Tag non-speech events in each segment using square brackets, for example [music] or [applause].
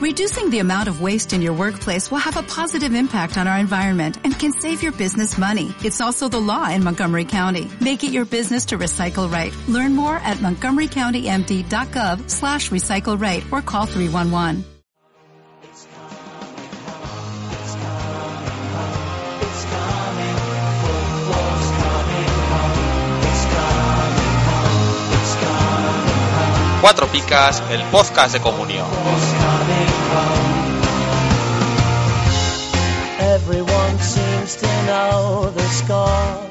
Reducing the amount of waste in your workplace will have a positive impact on our environment and can save your business money. It's also the law in Montgomery County. Make it your business to recycle right. Learn more at montgomerycountymd.gov slash recycle right or call 311. Cuatro Picas, el podcast de comunión. Everyone seems to know the score.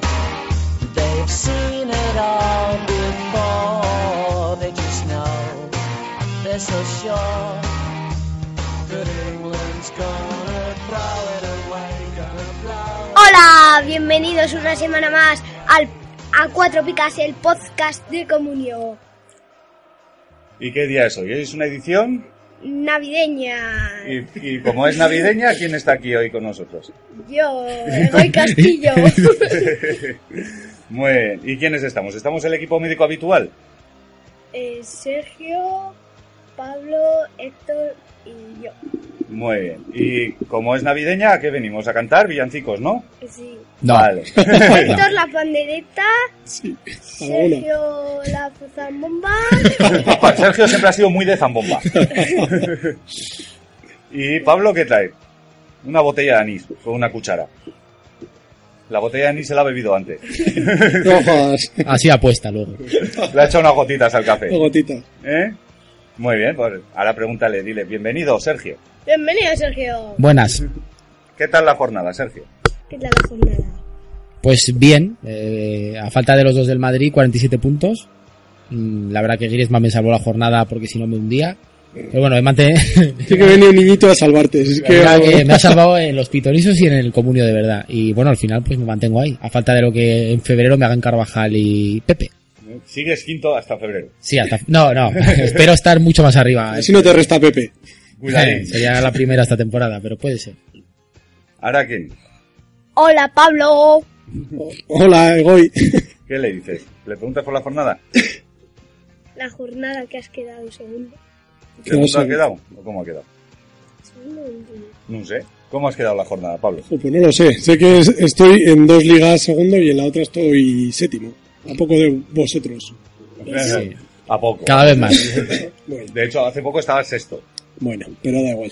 They've seen it all before. They just know they're so sure that England's gonna throw it away. Gonna blow. Hola, bienvenidos una semana más al, a Cuatro Picas, el podcast de comunión ¿Y qué día es hoy? Es una edición navideña. y, y como es navideña, ¿quién está aquí hoy con nosotros? Yo, Eloy Castillo. Muy bien. ¿Y quiénes estamos? ¿Estamos el equipo médico habitual? [laughs] Eh, Sergio, Pablo, Héctor y yo. Muy bien. ¿Y como es navideña, a qué venimos? ¿A cantar villancicos, no? Eh, Sí. No. Vale. Héctor, la pandereta. Sergio, la zambomba. Juan Sergio siempre ha sido muy de zambomba. ¿Y Pablo qué trae? Una botella de anís con una cuchara. La botella de anís se la ha bebido antes. No jodas, Así apuesta luego. Le ha echado unas gotitas al [laughs] café. gotitas. ¿Eh? Muy bien, pues ahora pregúntale, dile, bienvenido, Sergio. Bienvenido, Sergio. Buenas. ¿Qué tal la jornada, Sergio? ¿Qué tal la jornada? Pues bien, eh, a falta de los dos del Madrid, 47 puntos. Mm, la verdad que Griezmann me salvó la jornada porque si no me hundía. Pero bueno, me manté- Sí que venía un niñito a salvarte. Es que, la verdad que [laughs] me ha salvado en los pitonizos y en el comunio de verdad. Y bueno, al final pues me mantengo ahí. A falta de lo que en febrero me hagan Carvajal y Pepe. Sigues quinto hasta febrero. Sí, hasta... No, no. [laughs] Espero estar mucho más arriba. Así no te resta Pepe. Cuidadín. Eh, [laughs] Sería la primera esta temporada, pero puede ser. ¿Ahora qué? Hola, Pablo. Hola, Egoy. [laughs] ¿Qué le dices? ¿Le preguntas por la jornada? La jornada que has quedado segundo. Que no ¿Segundo ha sé. quedado? ¿O cómo ha quedado? Segundo, último. No sé. ¿Cómo has quedado la jornada, Pablo? Jo, Pues no lo sé. Sé que es- estoy en dos ligas segundo y en la otra estoy séptimo. A poco de vosotros. Sí. [laughs] A poco. Cada vez más. Bueno, De hecho, hace poco estaba sexto. [laughs] bueno, pero da igual.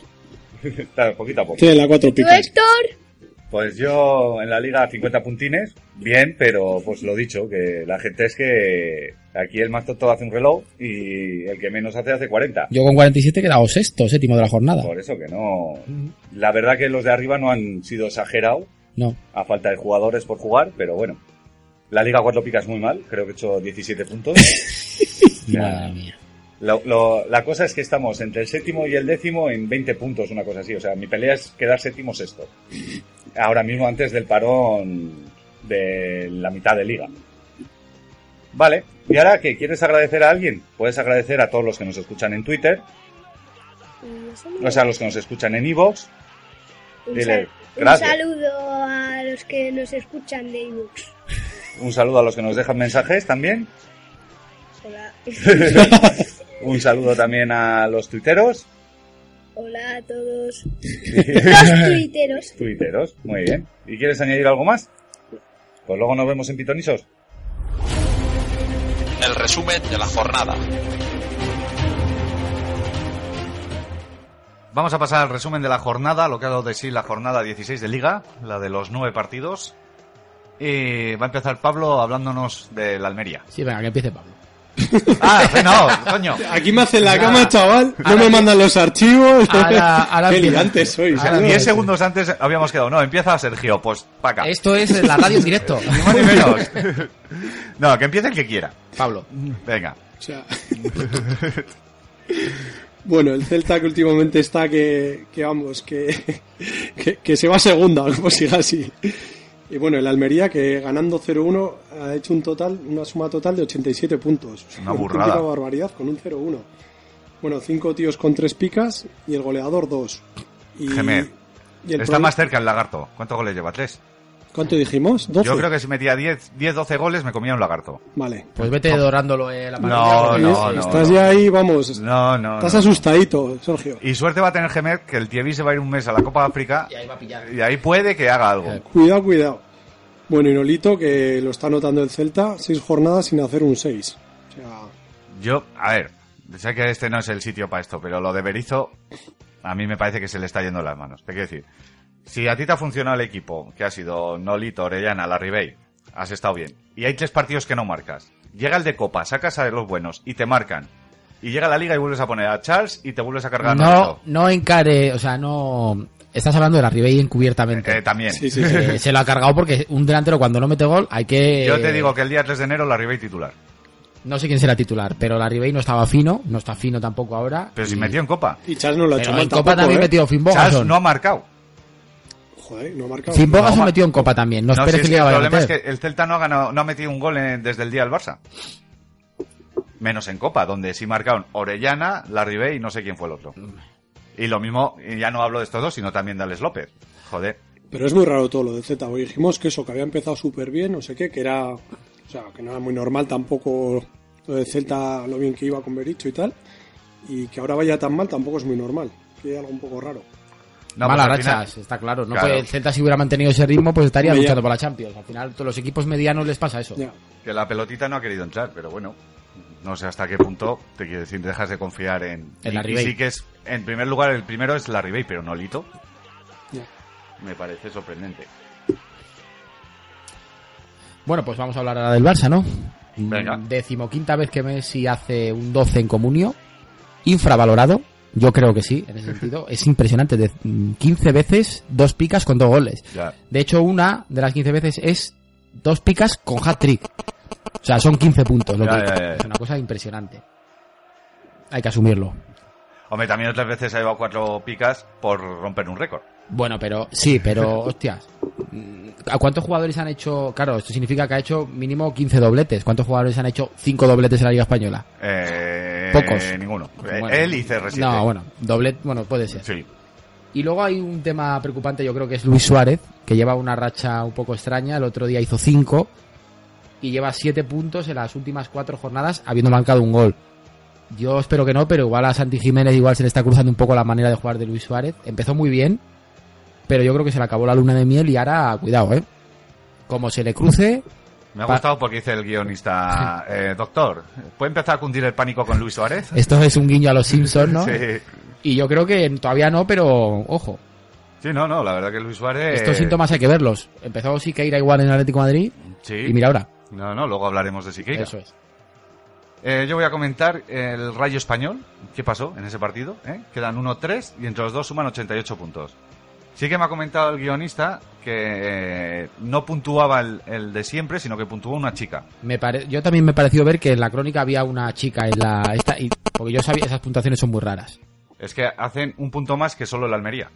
Está poquito a poco. Tiene la cuatro ¿Tú, picas. Héctor? Pues yo en la liga 50 puntines, bien, pero pues lo dicho, que la gente es que aquí el más tonto hace un reloj y el que menos hace hace 40. Yo con 47 he quedado sexto, séptimo de la jornada. Por eso que no... La verdad que los de arriba no han sido exagerados No. a falta de jugadores por jugar, pero bueno. La Liga 4 picas muy mal, creo que he hecho 17 puntos. Madre mía. Lo- lo- la cosa es que estamos entre el séptimo y el décimo en 20 puntos, una cosa así. O sea, mi pelea es quedar séptimo sexto. Ahora mismo antes del parón de la mitad de liga. Vale, y ahora que quieres agradecer a alguien, puedes agradecer a todos los que nos escuchan en Twitter, o sea, los que nos escuchan en Evox. Un Dile, sal- un gracias. saludo a los que nos escuchan de ebooks. Un saludo a los que nos dejan mensajes también. [laughs] Hola. Un saludo también a los tuiteros. Hola a [laughs] todos. Los tuiteros. Tuiteros, muy bien. ¿Y quieres añadir algo más? Pues luego nos vemos en Pitonisos. El resumen de la jornada. Vamos a pasar al resumen de la jornada, lo que ha dado de sí la jornada 16 de Liga, la de los nueve partidos. Y va a empezar Pablo hablándonos de la [laughs] Almería. Sí, venga, que empiece Pablo. ¡Ah, no! ¡Coño! Aquí me hacen la Ahora- cama, chaval. No me mandan los archivos. Ahora- ahora [laughs] Qué empieza. liantes sois. Ahora- ¿no? 10 segundos antes habíamos quedado. No, empieza Sergio, pues para acá. Esto es la radio [laughs] en directo. Ni más ni menos. [laughs] No, que empiece el que quiera. Pablo. Venga. O sea, [laughs] bueno, el Celta que últimamente está que, que vamos, que, [laughs] que, que se va a segunda, [laughs] como siga así. Y bueno, el Almería que ganando 0-1 ha hecho un total, una suma total de 87 puntos. O sea, Una burrada. auténtica barbaridad con un 0-1. Bueno, cinco tíos con tres picas y el goleador dos. Y, Gemer. y el Está problema- más cerca el lagarto. ¿Cuántos goles lleva? ¿Tres? ¿Cuánto dijimos? ¿12? Yo creo que si metía 10, 10 12 goles me comía un lagarto. Vale. Pues vete dorándolo eh, la parrilla, No, porque- no, no. Estás ya ahí, vamos. No, no. estás no. asustadito, Sergio. Y suerte va a tener Gemet que el Tievi se va a ir un mes a la Copa de África Y ahí va a pillar. y ahí puede que haga algo. Eh. Cuidado, cuidado. Bueno, y Nolito, que lo está anotando el Celta, seis jornadas sin hacer un 6. O sea, Yo, a ver, sé que este no es el sitio para esto, pero lo de Berizzo a mí me parece que se le está yendo las manos. Te quiero decir, si a ti te ha funcionado el equipo, que ha sido Nolito, Orellana, Larribey, has estado bien, y hay tres partidos que no marcas, llega el de Copa, sacas a los buenos y te marcan, y llega la Liga y vuelves a poner a Charles y te vuelves a cargar a No, Nolito. no encare, o sea, no. Estás hablando de la Ribey encubiertamente. Eh, también. sí, sí, sí. [laughs] Eh, se lo ha cargado porque un delantero cuando no mete gol hay que. Yo te digo que el día 3 de enero Larribey titular. No sé quién será titular, pero la Ribey no estaba fino, no está fino tampoco ahora. Pero y- si metió en Copa. Y Charles no lo ha hecho Pero mal en Copa tampoco, también ¿eh? metió Finn Charles Bogason. no ha marcado. Joder, no ha marcado. Finn Bogason no, metió en Copa también. No, No, esperes si es que que le el vaya a problema es meter. que el Celta no ha, ganado, no ha metido un gol en- desde el día del Barça. Menos en Copa, donde sí marcaron Orellana, Larribey y no sé quién fue el otro. Y lo mismo, y ya no hablo de estos dos, sino también de Alex López. Joder. Pero es muy raro todo lo de Z. Hoy dijimos que eso, que había empezado súper bien, no sé qué, que era. O sea, que no era muy normal tampoco lo de Celta, lo bien que iba con Bericho y tal. Y que ahora vaya tan mal tampoco es muy normal. Que hay algo un poco raro. No, pues Mala al racha, final- está claro. No Claro. Pues el Celta si hubiera mantenido ese ritmo, pues estaría Hombre, ya. luchando por la Champions. Al final, todos los equipos medianos les pasa eso. Ya. que la pelotita no ha querido entrar, pero bueno. No sé hasta qué punto te quiero decir, dejas de confiar en. En y- y Larribey. sí que es. En primer lugar, el primero es Larribey, pero no Lito. Ya. Me parece sorprendente. Bueno, pues vamos a hablar ahora del Barça, ¿no? Venga. Decimoquinta vez que Messi hace un 12 en comunio. Infravalorado. Yo creo que sí, en ese sentido. [laughs] Es impresionante. De mm, 15 veces, dos picas con dos goles. Ya. De hecho, una de las 15 veces es dos picas con hat-trick. O sea, son 15 puntos. Lo Ya, que ya, ya. Es una cosa impresionante. Hay que asumirlo. Hombre, también otras veces ha llevado cuatro picas por romper un récord. Bueno, pero sí, [laughs] pero hostias. Mm, ¿A cuántos jugadores han hecho? Claro, esto significa que ha hecho mínimo 15 dobletes. ¿Cuántos jugadores han hecho 5 dobletes en la Liga Española? Eh, Pocos. Ninguno. Eh, Bueno. Él y CR7. No, bueno, doblete, bueno, puede ser. Sí. Y luego hay un tema preocupante, yo creo que es Luis Suárez, que lleva una racha un poco extraña. El otro día hizo 5 y lleva 7 puntos en las últimas 4 jornadas, habiendo marcado un gol. Yo espero que no, pero igual a Santi Jiménez igual se le está cruzando un poco la manera de jugar de Luis Suárez. Empezó muy bien, pero yo creo que se le acabó la luna de miel y ahora, cuidado, ¿eh? Como se le cruce, Me ha Pa- gustado porque dice el guionista, eh, doctor, ¿puede empezar a cundir el pánico con Luis Suárez? esto es un guiño a los Simpsons, Eh, ¿no? [laughs] Sí. Y yo creo que todavía no, pero ojo. Sí, no, no, la verdad que Luis Suárez... Estos síntomas hay que verlos. Empezó Siqueira igual en el Atlético de Madrid Sí. y mira ahora. No, no, luego hablaremos de Siqueira. Eso es. Eh, yo voy a comentar el Rayo Español. ¿Qué pasó en ese partido? eh? Quedan 1-3 y entre los dos suman 88 puntos. Sí que me ha comentado el guionista que eh, no puntuaba el, el de siempre, sino que puntuó una chica. Me pare- Yo también me pareció ver que en la crónica había una chica en la esta y- porque yo sabía esas puntuaciones son muy raras. Es que hacen un punto más que solo el Almería.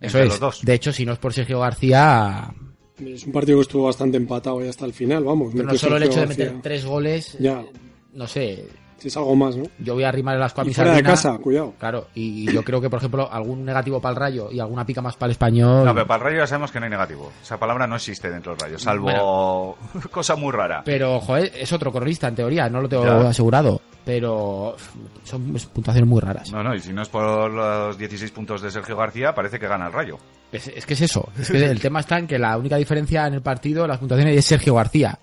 Eso Entre es. los dos. De hecho, si no es por Sergio García, Es un partido que estuvo bastante empatado ya hasta el final, vamos. pero no Metió solo el hecho de Sergio meter García. tres goles, Ya. eh, no sé, Sí, es algo más, ¿no? yo voy a arrimar las Y cuamis fuera de casa, cuidado. Claro, y yo creo que por ejemplo algún negativo para el Rayo y alguna pica más para el español. No, pero para el Rayo ya sabemos que no hay negativo. Esa palabra no existe dentro del Rayo, salvo [laughs] cosa muy rara. Pero, joder, es otro corrista en teoría, no lo tengo Ya. asegurado. Pero son puntuaciones muy raras. No, no, y si no es por los 16 puntos de Sergio García, parece que gana el Rayo. Es, es que es eso. Es que el tema está en que la única diferencia en el partido, las puntuaciones, es Sergio García.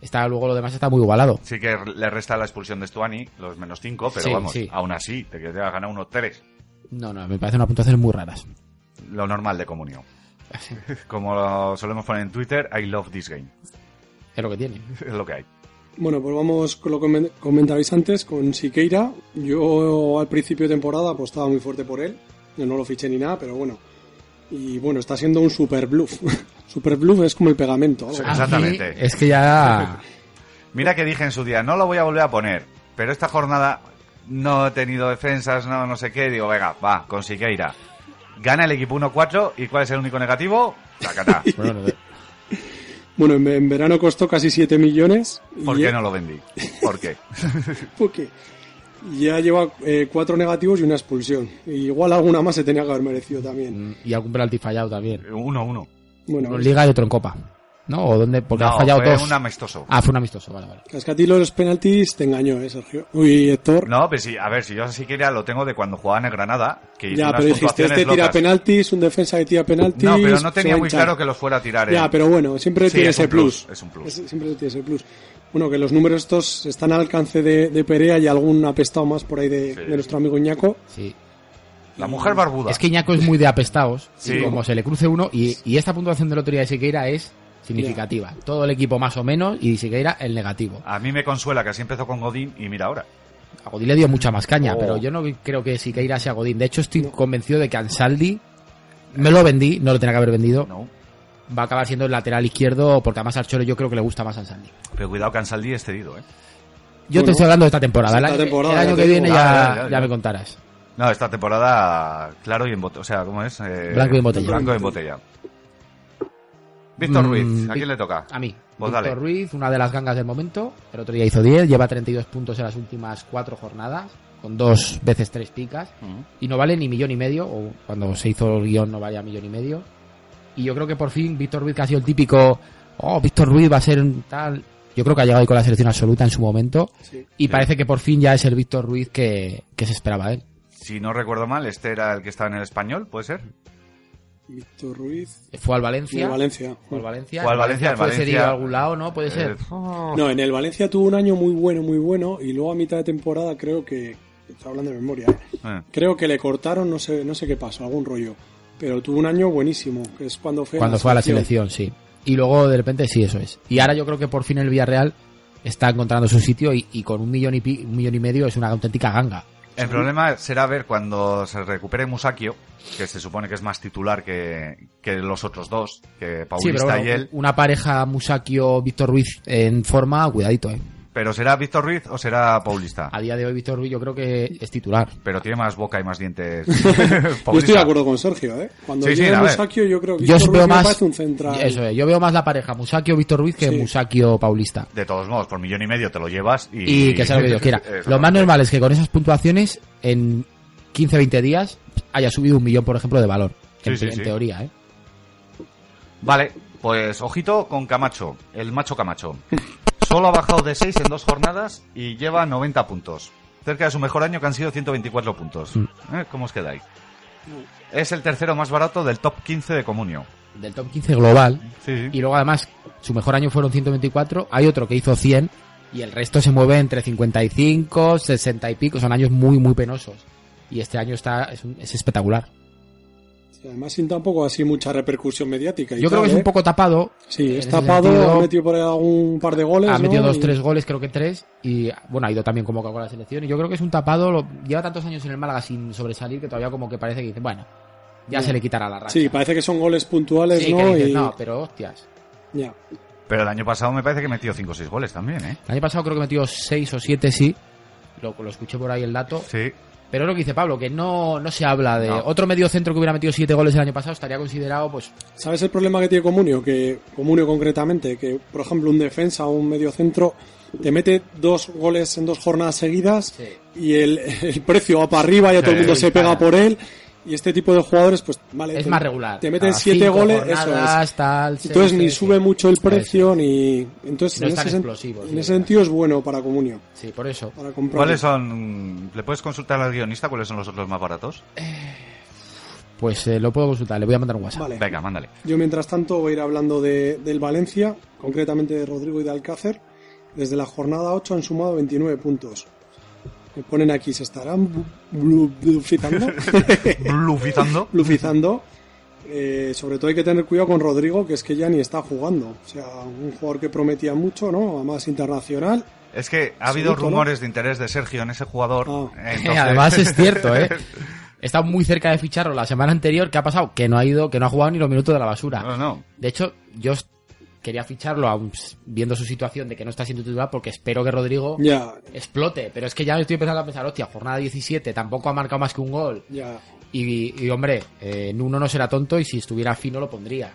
Está, luego lo demás está muy igualado. Sí que le resta la expulsión de Stuani, los menos 5, pero Sí, vamos, sí. aún así, te queda ganar unos 3. No, no, me parecen unas puntuaciones muy raras. Lo normal de comunión. Como lo solemos poner en Twitter, I love this game. [laughs] Es lo que tiene. Es lo que hay. Bueno, pues vamos con lo que comen- comentabais antes, con Siqueira. Yo al principio de temporada apostaba muy fuerte por él. Yo no lo fiché ni nada, pero bueno. Y bueno, está siendo un super bluff. [laughs] super bluff es como el pegamento. algo. Sí. [laughs] Exactamente. Aquí es que ya. Mira que dije en su día, no lo voy a volver a poner, pero esta jornada no he tenido defensas, no, no sé qué. Digo, venga, va, con Siqueira. Gana el equipo 1-4, ¿y cuál es el único negativo? [laughs] Tacatá. bueno, Bueno, en, en verano costó casi 7 millones. ¿Por y qué ya- [laughs] no lo vendí? ¿Por qué? porque Ya lleva eh, cuatro negativos y Mm. una mm, expulsión. Y igual alguna más se tenía que haber merecido también. y algún penalti fallado también. Uno, uno. Bueno, Uno en Liga y otro en Copa. ¿No? ¿O dónde? Porque ha fallado fue dos. un amistoso. Ah, fue un amistoso, vale, vale. es que a ti los penaltis te engañó, ¿eh, Sergio? Uy, Héctor. No, pues sí, a ver, si yo así quería lo tengo de cuando jugaba en el Granada, que hizo ya, unas pero dijiste, puntuaciones este tira locas. penaltis, un defensa que tira penaltis. No, pero no se tenía va a muy hinchar. claro que los fuera a tirar. eh. Ya, pero bueno, siempre Sí, tiene es ese un plus, plus. es un plus. siempre tiene ese plus. Bueno, que los números estos están al alcance de, de Perea y algún apestado más por ahí de, Sí. de nuestro amigo Iñaco. Sí. La mujer barbuda. Es que Iñaco es muy de apestados. Sí. Y como se le cruce uno, y, y esta puntuación del otro día de Siqueira es significativa. Todo el equipo más o menos y Siqueira el negativo. A mí me consuela que así empezó con Godín y mira ahora. A Godín le dio mucha más caña, Oh. pero yo no creo que Siqueira sea Godín. De hecho, estoy convencido de que Ansaldi me lo vendí, no lo tenía que haber vendido. No. Va a acabar siendo el lateral izquierdo porque además Archero yo creo que le gusta más a Ansaldi. Pero cuidado que Ansaldi es cedido, ¿eh? Yo Bueno, te estoy hablando de esta temporada. esta el, año- temporada, el año ya que te viene digo. ya, Ah, ya, ya, ya ya. me contarás. No, esta temporada, claro y en botella. O sea, ¿cómo es? Eh, Blanco y en botella. Blanco y en botella. Víctor Mm, Ruiz, ¿a Vic- quién le toca? A mí. Pues Víctor dale. Ruiz, una de las gangas del momento. El otro día hizo 10, lleva 32 puntos en las últimas cuatro jornadas, con dos veces tres picas. Ujú. Y no vale ni millón y medio, o cuando se hizo el guión no valía millón y medio. Y yo creo que por fin Víctor Ruiz, que ha sido el típico, oh, Víctor Ruiz va a ser un tal... Yo creo que ha llegado ahí con la selección absoluta en su momento. Sí. Y parece que por fin ya es el Víctor Ruiz que, que se esperaba de él. Si no recuerdo mal, este era el que estaba en el español, ¿puede ser? Víctor Ruiz. Fue al En Valencia. el Valencia. Fue al Valencia. Fue al El Valencia, el Puede ser Valencia- ido a algún lado, ¿no? Puede ser. Eh, No, en el Valencia tuvo un año muy bueno, muy bueno. Y luego a mitad de temporada creo que. Estoy hablando de memoria. ¿eh? eh. Creo que le cortaron, no sé, no sé qué pasó, algún rollo. Pero tuvo un año buenísimo, que es cuando fue, cuando fue a la selección, Eh, sí. Y luego de repente sí, eso es. Y ahora yo creo que por fin el Villarreal está encontrando su sitio y, y con un millón y, pi- un millón y medio es una auténtica ganga. El problema será ver cuando se recupere Musakio, que se supone que es más titular que, que los otros dos, que Sí, Paulista pero bueno, y él. una pareja Musakio-Víctor Ruiz en forma, cuidadito, eh. Pero será Víctor Ruiz o será Paulista. A día de hoy Víctor Ruiz yo creo que es titular. Pero tiene más boca y más [laughs] dientes. Yo estoy Paulista. de acuerdo con Sergio, ¿eh? Cuando Sí, sí, llega a ver. Musacchio, yo creo que Yo Víctor Ruiz veo me más parece un central. eso es, yo veo más la pareja Musakio-Víctor Ruiz que Sí. Musakio-Paulista. De todos modos, por millón y medio te lo llevas y... y, que sea lo que [laughs] Dios quiera. Exactamente. Lo más normal es que con esas puntuaciones, en 15, 20 días, haya subido un millón, por ejemplo, de valor. En, Sí, sí, en sí. teoría, ¿eh? Vale, pues ojito con Camacho, el macho Camacho. Solo ha bajado de 6 en dos jornadas y lleva 90 puntos. Cerca de su mejor año que han sido 124 puntos. Mm. ¿Eh? ¿Cómo os quedáis? Es el tercero más barato del top 15 de Comunio. Del top 15 global. Sí, Y luego, además, su mejor año fueron 124. Hay otro que hizo 100. Y el resto se mueve entre 55, 60 y pico. Son años muy, muy penosos. Y este año está es, un- es espectacular. Y Además, sin tampoco así mucha repercusión mediática. y Yo creo tal, que es un ¿eh? poco tapado. Sí, en es ese tapado, sentido. ha metido por ahí algún par de goles. Ha metido ¿no? dos, Y- tres goles, creo que tres. Y bueno, ha ido también convocado con la selección. Y yo creo que es un tapado. lo- lleva tantos años en el Málaga sin sobresalir que todavía como que parece que dice, bueno, ya se le quitará la racha. Sí, parece que son goles puntuales, Sí, que ¿no? dices, Y- no, pero hostias. Ya. Pero el año pasado me parece que metió 5 o 6 goles también, ¿eh? El año pasado creo que metió seis o siete, sí. Lo, lo escuché por ahí el dato. Sí. Pero es lo que dice Pablo, que no, no se habla de No. otro medio centro que hubiera metido siete goles el año pasado, estaría considerado, pues, ¿Sabes el problema que tiene Comunio? Que Comunio concretamente, que por ejemplo un defensa o un mediocentro te mete dos goles en dos jornadas seguidas y el, [laughs] el precio va para arriba, ya Sí. todo el mundo se pega Dispara. por él y este tipo de jugadores pues vale. es te- más regular. Te meten Cada siete cinco goles, eso es. jornadas, tal, sí, Entonces sí, ni sí. sube mucho el Eso. precio ni... Entonces No en, es tan ese, sen- explosivo, en sí, ese claro. sentido es bueno para Comunio. Sí, por eso. Para comprar. ¿Cuáles son...? ¿Le puedes consultar al guionista cuáles son los otros más baratos? Pues eh, lo puedo consultar, le voy a mandar un WhatsApp. [laughs] Vale. Venga, mándale. Yo mientras tanto voy a ir hablando de, del Valencia, concretamente de Rodrigo y de Alcácer. Desde la jornada 8 han sumado 29 puntos. Me ponen aquí, se estarán bu- blu- [laughs] [laughs] blufitando. Blufizando. blufizando. Eh, sobre todo hay que tener cuidado con Rodrigo, que es que ya ni está jugando. O sea, un jugador que prometía mucho, ¿no? Además internacional. Es que ha Sí, habido claro. rumores de interés de Sergio en ese jugador. Ah. [laughs] entonces- Además es cierto, ¿eh? He estado muy cerca de ficharlo la semana anterior. ¿Qué ha pasado? Que no ha ido, que no ha jugado ni los minutos de la [laughs] basura. No, no. De hecho, yo s- quería ficharlo, aun s- viendo su situación de que no está siendo titular, porque espero que Rodrigo Ya, explote. Pero es que ya me estoy empezando a pensar, hostia, jornada 17, tampoco ha marcado más que un gol. ya. Y, y, hombre, eh, Nuno no será tonto y si estuviera fino lo pondría.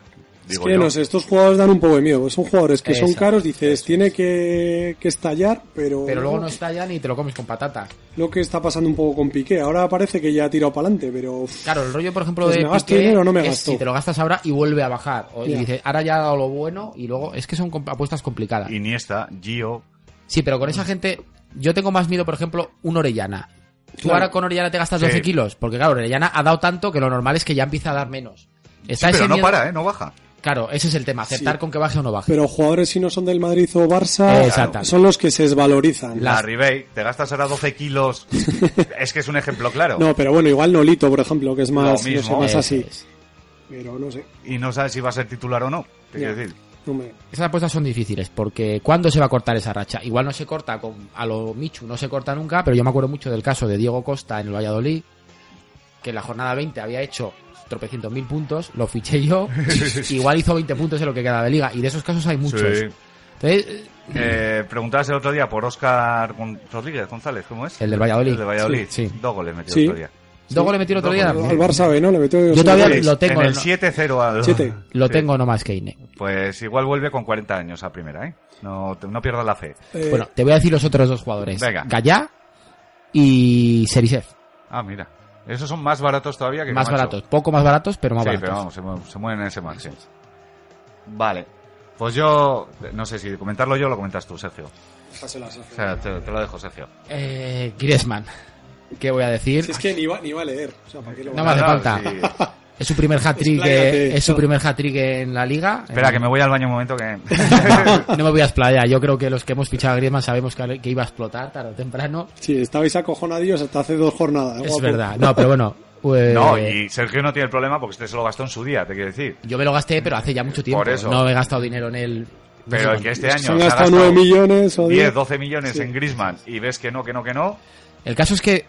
digo es que yo. no sé, estos jugadores dan un poco de miedo. porque Son jugadores que son Exacto, caros, dices, tiene que, que estallar, pero, Pero luego no estallan y te lo comes con patatas. lo que está pasando un poco con Piqué. Ahora parece que ya ha tirado para adelante, pero uf, Claro, el rollo, por ejemplo, Pues de me gasto Piqué dinero o no me es gasto. si te lo gastas ahora y vuelve a bajar. O, y Ya. dices, ahora ya ha dado lo bueno y luego es que son comp- apuestas complicadas. Iniesta, Gio, Sí, pero con esa gente yo tengo más miedo, por ejemplo, un Orellana. Tú Claro. ahora con Orellana te gastas Sí. 12 kilos, porque claro, Orellana ha dado tanto que lo normal es que ya empieza a dar menos. Sí, Está ese pero no miedo- para, ¿eh? No baja. Claro, ese es el tema, aceptar Sí. con que baje o no baje. pero jugadores si no son del Madrid o Barça Exactamente. son los que se desvalorizan. La Ribey, te gastas ahora 12 [laughs] kilos. es que es un ejemplo claro. No, pero bueno, igual Nolito, por ejemplo, que es más, Lo no mismo. sé, más Eso así. es. Pero no sé, Y no sabes si va a ser titular o no. Te Ya. quiero decir. no me- Esas apuestas son difíciles, porque ¿cuándo se va a cortar esa racha? Igual no se corta con, a lo Michu, no se corta nunca, pero yo me acuerdo mucho del caso de Diego Costa en el Valladolid, que en la jornada 20 había hecho tropecientos mil puntos, lo fiché [laughs] yo, igual hizo 20 puntos en lo que queda de liga, y de esos casos hay muchos. Sí. Entonces, eh, Eh, preguntabas el otro día por Oscar Rodríguez González, ¿cómo es? El del Valladolid. El de Valladolid. Sí, sí. Dos goles metió Sí. el otro día. dos goles metió el otro dos día. goles. Al Barça B, ¿no? Le metió- Yo todavía Goles lo tengo, En el ¿no? 7-0 al. Siete. Lo Sí. tengo nomás que Ine. Pues igual vuelve con 40 años a primera, ¿eh? No, te- no pierdas la fe. Eh, Bueno, te voy a decir los otros dos jugadores. Venga. Gallá y Serisev. Ah, mira. Esos son más baratos todavía que Más Camacho. baratos. Poco más baratos, pero más sí, baratos. pero vamos, se, mue- se mueven en ese margen. Vale. Pues yo, no sé si comentarlo yo o lo comentas tú, Sergio. páselas, O Sergio. sea, te, te lo dejo, Sergio. Eh, Griezmann. ¿Qué voy a decir? Si es que ni va, ni va a leer. O sea, ¿para qué lo No va a me hace leer? falta. sí. Es su primer hat-trick Expláyate. eh, es su primer hat-trick en la liga. Espera, Eh, que me voy al baño un momento [laughs] que... No me voy a explayar. Yo creo que los que hemos fichado a Griezmann sabemos que, que iba a explotar tarde o temprano. Sí, estabais acojonadillos hasta hace dos jornadas. ¿eh, Es guapo? verdad. No, pero bueno. eh, [laughs] no, y Sergio no tiene el problema porque usted se lo gastó en su día, te quiero decir. Yo me lo gasté, pero hace ya mucho tiempo. Por eso. No he gastado dinero en él. No sé Pero el cuánto. que este año Se han se ha gastado gastado 9 millones o 10, 10. 12 millones Sí. en Griezmann y ves que no, que no, que no, El caso es que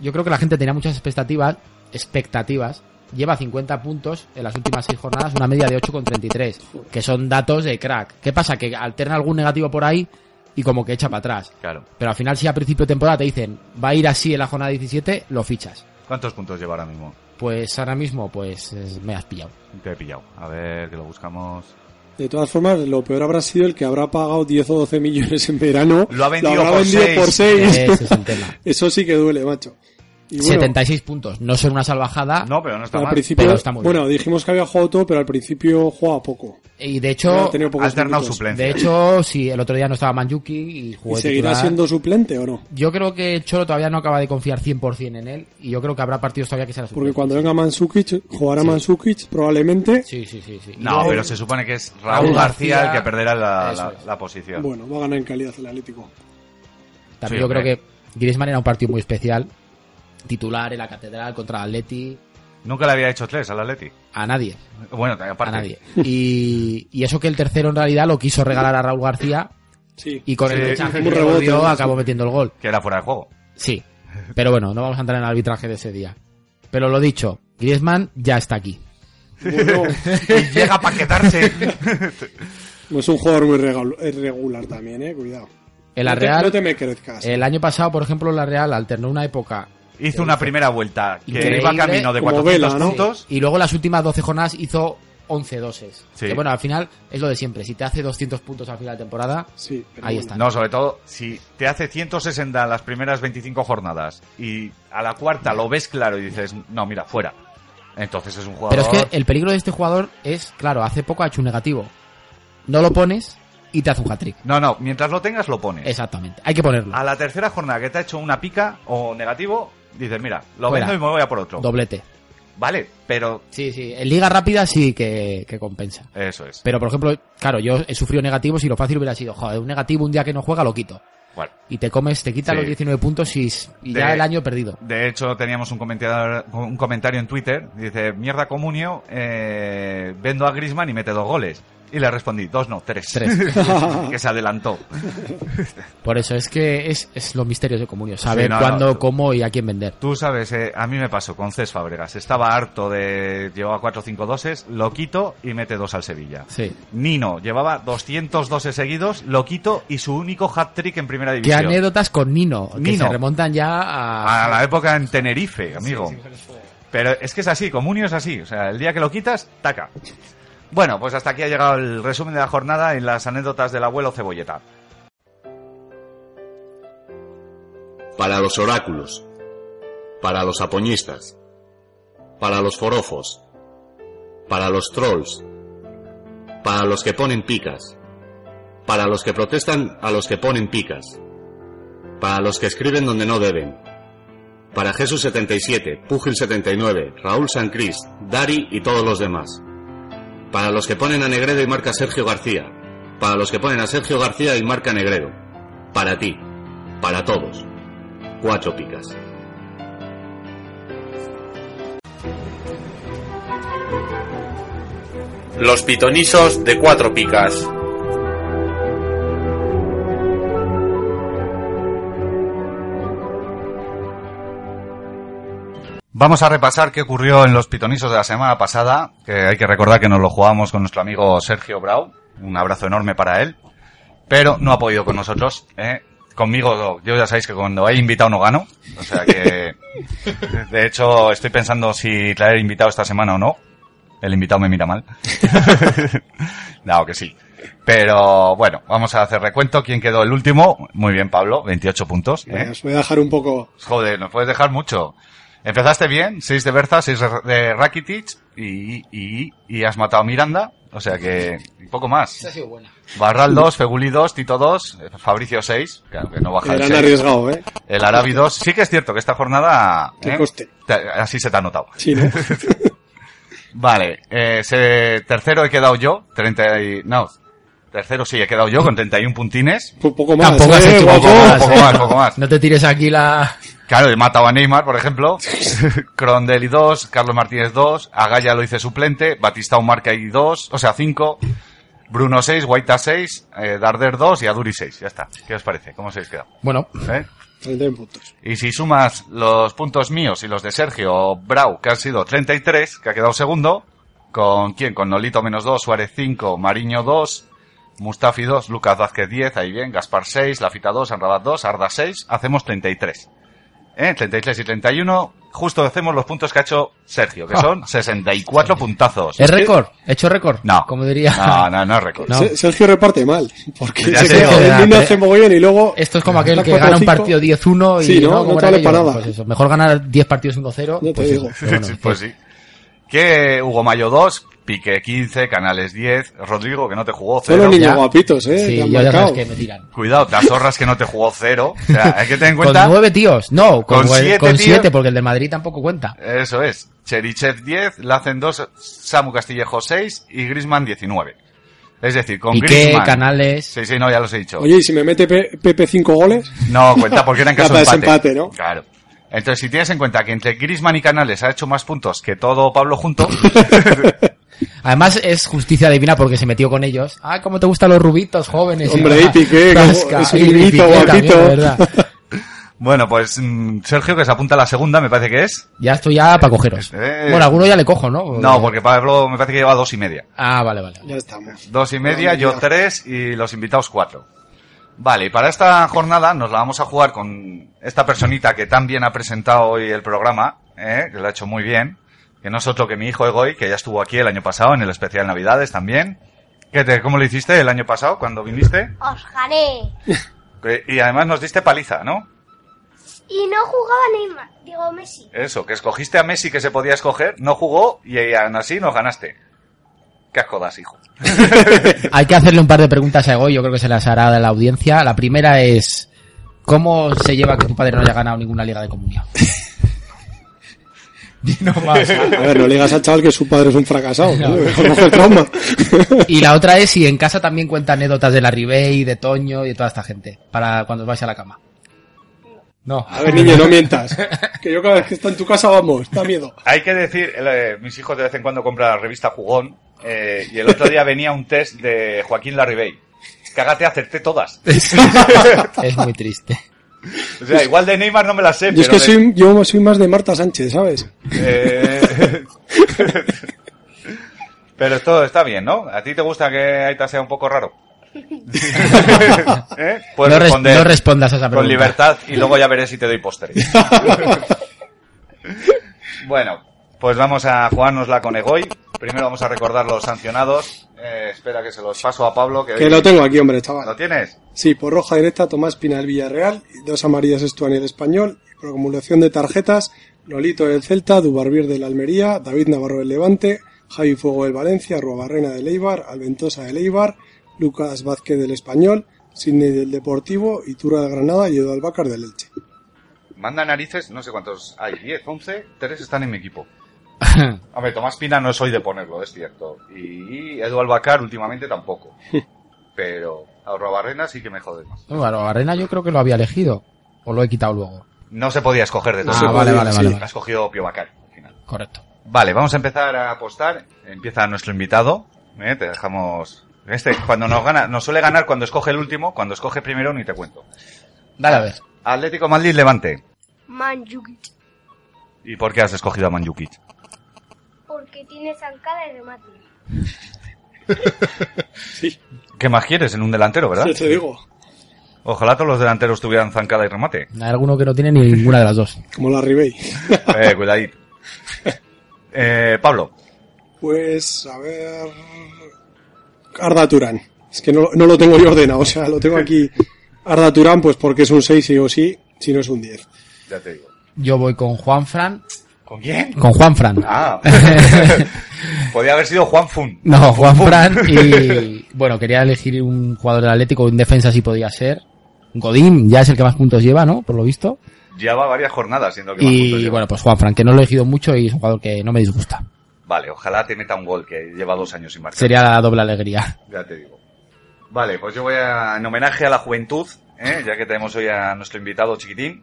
yo creo que la gente tenía muchas expectativas, expectativas. Lleva 50 puntos en las últimas 6 jornadas, una media de 8,33, que son datos de crack. ¿Qué pasa? Que alterna algún negativo por ahí y como que echa para atrás. claro. Pero al final, si a principio de temporada te dicen, va a ir así en la jornada 17, lo fichas. ¿Cuántos puntos lleva ahora mismo? Pues ahora mismo, pues eh, me has [laughs] pillado. Te he pillado. A ver, que lo buscamos. De todas formas, lo peor habrá sido el que habrá pagado 10 o 12 millones en verano. Lo ha vendido habrá por vendido seis. por seis. Ese es el tema. [laughs] Eso sí que duele, macho. Y bueno, 76 puntos, no son una salvajada. No, pero no está al mal. principio, pero está muy bueno, dijimos que había jugado todo, pero al principio jugaba poco. Y de Ha hecho, tenido Ha pocos alternado minutos. suplencia. de hecho, si el otro día no estaba Manyuki y ¿Y jugó de seguirá titular- siendo suplente o no? Yo creo que el Cholo todavía no acaba de confiar 100% en él y yo creo que habrá partidos todavía que será su Porque cuando venga Mansukic, jugará Mansukic probablemente. Sí, sí, sí. sí. No, Y- pero se supone que es Raúl Raúl García, García, el que perderá la, eso la- es. la posición. Bueno, va a ganar en calidad el Atlético. También sí, yo creo hombre. que Griezmann era un partido muy especial. Titular en la catedral contra el Atleti. Nunca le había hecho tres al Atleti. A nadie. Bueno, aparte. A nadie. Y, y eso que el tercero en realidad lo quiso regalar a Raúl García Sí. y con Sí, el rechazo un que rebote, recibió ¿no? acabó metiendo el gol. Que era fuera de juego. Sí. Pero bueno, no vamos a entrar en el arbitraje de ese día. Pero lo dicho, Griezmann ya está aquí. [laughs] Bueno, Y llega para quedarse. no es un jugador muy regalo- es regular también, eh, cuidado. En la no, te, Real, no te me crezcas. el año pasado, por ejemplo, la Real alternó una época Hizo una primera vuelta que Increíble. iba camino de Como 400 Vela, ¿no? puntos. Y luego las últimas 12 jornadas hizo 11 doses. Sí. Que bueno, al final es lo de siempre. Si te hace 200 puntos al final de temporada, Sí, pero ahí bueno. está. No, sobre todo, si te hace 160 las primeras 25 jornadas y a la cuarta lo ves claro y dices, no, mira, fuera. Entonces es un Pero jugador. es que el peligro de este jugador es, claro, hace poco ha hecho un negativo. No lo pones y te hace un hat-trick. No, no, mientras lo tengas lo pones. Exactamente. Hay que ponerlo. A la tercera jornada que te ha hecho una pica o negativo, dices, mira, lo Fuera. vendo y me voy a por otro. Doblete. Vale, pero Sí, sí. En liga rápida sí que, que compensa. eso es. Pero, por ejemplo, claro, yo he sufrido negativos y lo fácil hubiera sido, joder, un negativo un día que no juega lo quito. Bueno. Y te comes, te quitan Sí. los 19 puntos y, s- y De- ya el año perdido. De hecho, teníamos un comentario, un comentario en Twitter. Dice, mierda comunio, eh, vendo a Grisman y mete dos goles. Y le respondí, dos no, tres. Tres. [laughs] que se adelantó. Por eso es que es, es los misterios de comunio. Saber no, no, cuándo, tú- cómo y a quién vender. Tú sabes, eh, a mí me pasó con Cés Fábregas. Estaba harto de... Llevaba cuatro o cinco doses, lo quito y mete dos al Sevilla. Sí. Nino llevaba 200 doses seguidos, lo quito y su único hat-trick en primera Qué división. anécdotas con Nino, que Nino. se remontan ya a... A la época en Tenerife, amigo. Pero es que es así, Comunio es así. O sea, el día que lo quitas, taca. Bueno, pues hasta aquí ha llegado el resumen de la jornada y las anécdotas del abuelo Cebolleta. para los oráculos, para los apoñistas, para los forofos, para los trolls, para los que ponen picas, para los que protestan a los que ponen picas, para los que escriben donde no deben, para Jesús 77, Púgil 79, Raúl Sancrist, Dari y todos los demás, para los que ponen a Negredo y marca Sergio García, para los que ponen a Sergio García y marca Negredo, para ti, para todos cuatro picas. Los pitonisos de cuatro picas. Vamos a repasar qué ocurrió en los pitonisos de la semana pasada, que hay que recordar que nos lo jugábamos con nuestro amigo Sergio Brau, un abrazo enorme para él, pero no ha podido con nosotros, ¿eh? Conmigo, yo ya sabéis que cuando hay invitado no gano, o sea que, de hecho, estoy pensando si traer invitado esta semana o no. El invitado me mira mal. no, que sí. Pero bueno, vamos a hacer recuento. ¿Quién quedó el último? Muy bien, Pablo, 28 puntos. ¿eh? Os voy a dejar un poco. Pues, Joder, nos puedes dejar mucho. Empezaste bien, 6 de Berza, 6 de Rakitic y, y, y has matado a Miranda, o sea que y poco más. ha sido buena. Barral 2, Feguli 2, Tito 2, Fabricio 6, claro que no baja el Eran 6. arriesgado, ¿eh? El Arabi 2, sí que es cierto que esta jornada... Qué ¿eh? coste. Te- así se te ha notado. [laughs] Sí, ¿no? Vale, eh, se- tercero he quedado yo, 30 y... No, tercero sí he quedado yo con 31 puntines. Un poco más. Tampoco has ¿eh, hecho guapo? poco más. Poco ¿eh? más, poco más. No te tires aquí la. Claro, he matado a Neymar, por ejemplo. [laughs] Crondelli 2, Carlos Martínez 2, Agaya lo hice suplente, Batista Umarca y 2, o sea, 5, Bruno 6, Guaita 6, eh, Darder 2 y Aduri 6. Ya está. ¿Qué os parece? ¿Cómo se habéis quedado? Bueno, ¿Eh? 31 puntos. Y si sumas los puntos míos y los de Sergio Brau, que han sido 33, que ha quedado segundo, ¿con quién? Con Nolito menos 2, Suárez 5, Mariño 2, Mustafi 2, Lucas Vázquez 10, ahí bien, Gaspar 6, Lafita 2, Anrabat 2, Arda 6, hacemos 33. ¿Eh? 33 y 31, justo hacemos los puntos que ha hecho Sergio, que son 64 puntazos. Ah. es récord. He hecho récord. No. Como diría. No, no, no es récord. [laughs] No. Se- Sergio reparte mal. Porque Ya se sé, queda joder, en uno pero- hace mogollón y luego. Esto es como aquel Una que cuatro, gana un cinco. partido 10-1 y Sí, no, no Como te era vale yo. para nada. Pues eso, mejor ganar 10 partidos 1-0. Ya te pues digo. eso, pero bueno, Sí, [laughs] pues sí. Que Hugo Mayo 2, Pique 15, Canales 10, Rodrigo, que no te jugó, Son los 0. niños ya. guapitos, ¿eh? Sí, Te han yo ya sabes marcado. que me tiran. Cuidado, las zorras que no te jugó cero. O sea, hay que tener en Con cuenta. nueve tíos, no, con, Con con siete siete, tíos. porque el de Madrid tampoco cuenta. Eso es. Cherichev 10, Lacen 2, Samu Castillejo 6 y Grisman 19. Es decir, con Piqué, Griezmann- Canales. Sí, sí, no, ya los he dicho. Oye, ¿y si me mete Pe- Pepe 5 goles? No, cuenta porque [laughs] era en Ya caso de parece empate. empate, ¿no? Claro. Entonces, si tienes en cuenta que entre Grisman y Canales ha hecho más puntos que todo Pablo [laughs] junto, [laughs] Además es justicia divina porque se metió con ellos. Ah, cómo te gustan los rubitos jóvenes. Hombre, y Piqué, como- es un y niñito Piqué también, guapito. de verdad. bueno, pues mm, Sergio, que se apunta a la segunda, me parece que es. Ya estoy ya para cogeros. Eh. Bueno, alguno ya le cojo, ¿no? No, porque Pablo me parece que lleva dos y media. Ah, vale, vale. Ya estamos. Dos y media, Madre yo mía. tres y los invitados cuatro. Vale, y para esta jornada nos la vamos a jugar con esta personita que tan bien ha presentado hoy el programa, ¿eh? que lo ha hecho muy bien, que no es otro que mi hijo Egoy, que ya estuvo aquí el año pasado en el especial Navidades también. ¿Qué te, ¿Cómo lo hiciste el año pasado cuando viniste? Os gané. Que- Y además nos diste paliza, ¿no? Y no jugaba Neymar, digo Messi. Eso, que escogiste a Messi que se podía escoger, no jugó y aún así nos ganaste. Qué asco das, hijo. Hay que hacerle un par de preguntas a Egoy, yo creo que se las hará de la audiencia. La primera es, ¿cómo se lleva que tu padre no haya ganado ninguna liga de [laughs] comunión? no más. A ver, no le digas al chaval que su padre es un [laughs] fracasado. ¿no? Coge el trauma. Y la otra es si en casa también cuenta anécdotas de la Ribey, de Toño y de toda esta gente, para cuando os vais a la cama. No. A ver, niño, no mientas. [laughs] Que yo cada vez que está en tu casa, vamos, da [laughs] miedo. Hay que decir, el, eh, mis hijos de vez en cuando compran la revista Jugón eh, y el otro día venía un test de Joaquín Larribey. Cágate, acerté todas. Es muy triste. O sea, igual de Neymar no me las sé, Yo es pero que de- soy, yo soy más de Marta Sánchez, ¿sabes? eh, [laughs] pero esto está bien, ¿no? ¿A ti te gusta que Aita sea un poco raro? [laughs] ¿Eh? [laughs] Puedes no, res- responder no respondas a esa pregunta. con libertad y luego ya veré si te doy postre. bueno, pues vamos a jugárnosla con Egoy. Primero vamos a recordar los sancionados. Eh, espera que se los paso a Pablo. Que, Que lo tengo aquí, hombre, ¿Lo chaval. tienes? Sí, por roja directa Tomás Pina del Villarreal, y dos amarillas Estuani del Español, y por acumulación de tarjetas Lolito del Celta, Dubarbier del Almería, David Navarro del Levante, Javi Fuego del Valencia, Ruabarrena del Eibar, Alventosa del Eibar, Lucas Vázquez del Español, Sidney del Deportivo, Itura del Granada y Edu Albacar del Elche. Manda narices, no sé cuántos hay, 10, 11, 3 están en mi equipo. Hombre, Tomás Pina no soy de ponerlo, es cierto. Y Edu Albacar últimamente [laughs] tampoco. Pero a Barrena sí que me jode más. [laughs] Bueno, Arena yo creo que lo había elegido. O lo he quitado luego. No se podía escoger de todo. ah, vale, vale, vale, Ha vale. escogido Pio Bacar al final. Correcto. Vale, vamos a empezar a apostar. Empieza nuestro invitado. ¿eh? Te dejamos. Este, cuando nos gana, nos suele ganar cuando escoge el último, cuando escoge primero ni te cuento. Dale a ver. Atlético Madrid Levante. Man Jukic, ¿Y por qué has escogido a Manjukic? porque tiene zancada y remate. ¿Qué más quieres en un delantero, verdad? Ya te digo, Ojalá todos los delanteros tuvieran zancada y remate. Hay alguno que no tiene ni ninguna de las dos. como la Ribey. [laughs] Eh, cuidadito. Eh, Pablo, Pues, a ver. Arda Turán. Es que no, no lo tengo yo ordenado, o sea, lo tengo aquí. Arda Turán, pues porque es un 6 sí o sí, si no es un 10. ya te digo. Yo voy con Juan Fran. ¿Con quién? Con Juan Fran. [laughs] Ah, podía haber sido Juan Fun. No, Juan Fran [laughs] y bueno, quería elegir un jugador del Atlético, un defensa si podía ser. Godín ya es el que más puntos lleva, ¿no? Por lo visto. Lleva varias jornadas siendo que más puntos Y lleva. bueno, pues Juan Fran, que no lo he elegido mucho y es un jugador que no me disgusta. Vale, ojalá te meta un gol que lleva dos años sin marcar. Sería la doble alegría. [laughs] Ya te digo. Vale, pues yo voy a, en homenaje a la juventud, ¿eh? ya que tenemos hoy a nuestro invitado chiquitín,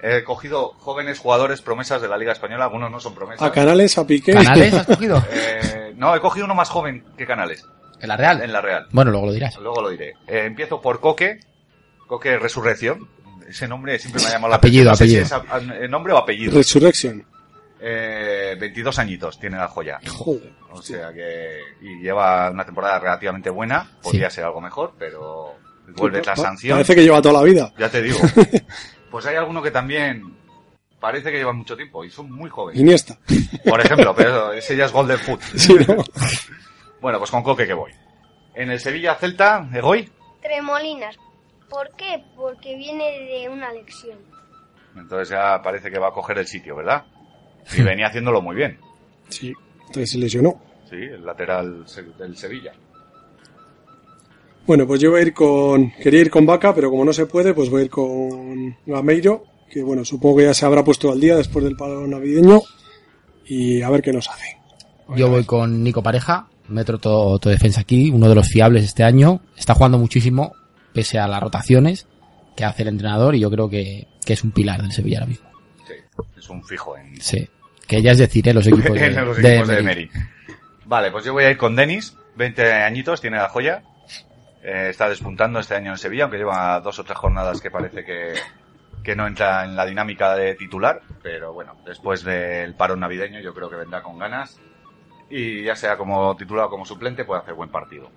he cogido jóvenes jugadores promesas de la Liga Española, algunos no son Ah, promesas. A Canales, a Piqué. ¿Canales has cogido? Eh, no, he cogido uno más joven que Canales, ¿En la Real? en la Real. Bueno, luego lo dirás. Luego lo diré. Eh, empiezo por Coque, Coque Resurrección. Ese nombre siempre me ha llamado la Apellido, atención. No sé si es a- a- nombre o apellido. Resurrection. Eh, 22 añitos tiene la joya. Joder. O sea que y lleva una temporada relativamente buena, podría ser algo mejor, pero vuelve Pa- tras sanción. Parece que lleva toda la vida. Ya [laughs] te digo. Pues hay alguno que también parece que lleva mucho tiempo y son muy jóvenes. Iniesta. Por ejemplo, pero ese ya es Golden Foot. [laughs] Sí, ¿no? Bueno, pues con Coque que voy. En el Sevilla Celta, Egoy. Tremolinas. ¿Por qué? Porque viene de una lección. Entonces ya parece que va a coger el sitio, ¿verdad? Y venía haciéndolo muy bien. Sí. Entonces se lesionó. Sí, el lateral se- del Sevilla. Bueno, pues yo voy a ir con. Quería ir con Vaca, pero como no se puede, pues voy a ir con Gameiro, que bueno, supongo que ya se habrá puesto al día después del paro navideño. Y a ver qué nos hace. Yo voy con Nico Pareja, metro todo, todo defensa aquí, uno de los fiables este año. Está jugando muchísimo, pese a las rotaciones que hace el entrenador, y yo creo que, que es un pilar del Sevilla ahora mismo. Sí, es un fijo en, Sí. Que ya es decir, [laughs] ¿eh? los equipos Pues de, [laughs] en los de equipos de, Emery. Emery. Vale, pues yo voy a ir con Denis, 20 añitos, tiene la joya. Eh, está despuntando este año en Sevilla, aunque lleva dos o tres jornadas que parece que, que no entra en la dinámica de titular. Pero bueno, después del parón navideño yo creo que vendrá con ganas. Y ya sea como titular o como suplente puede hacer buen partido.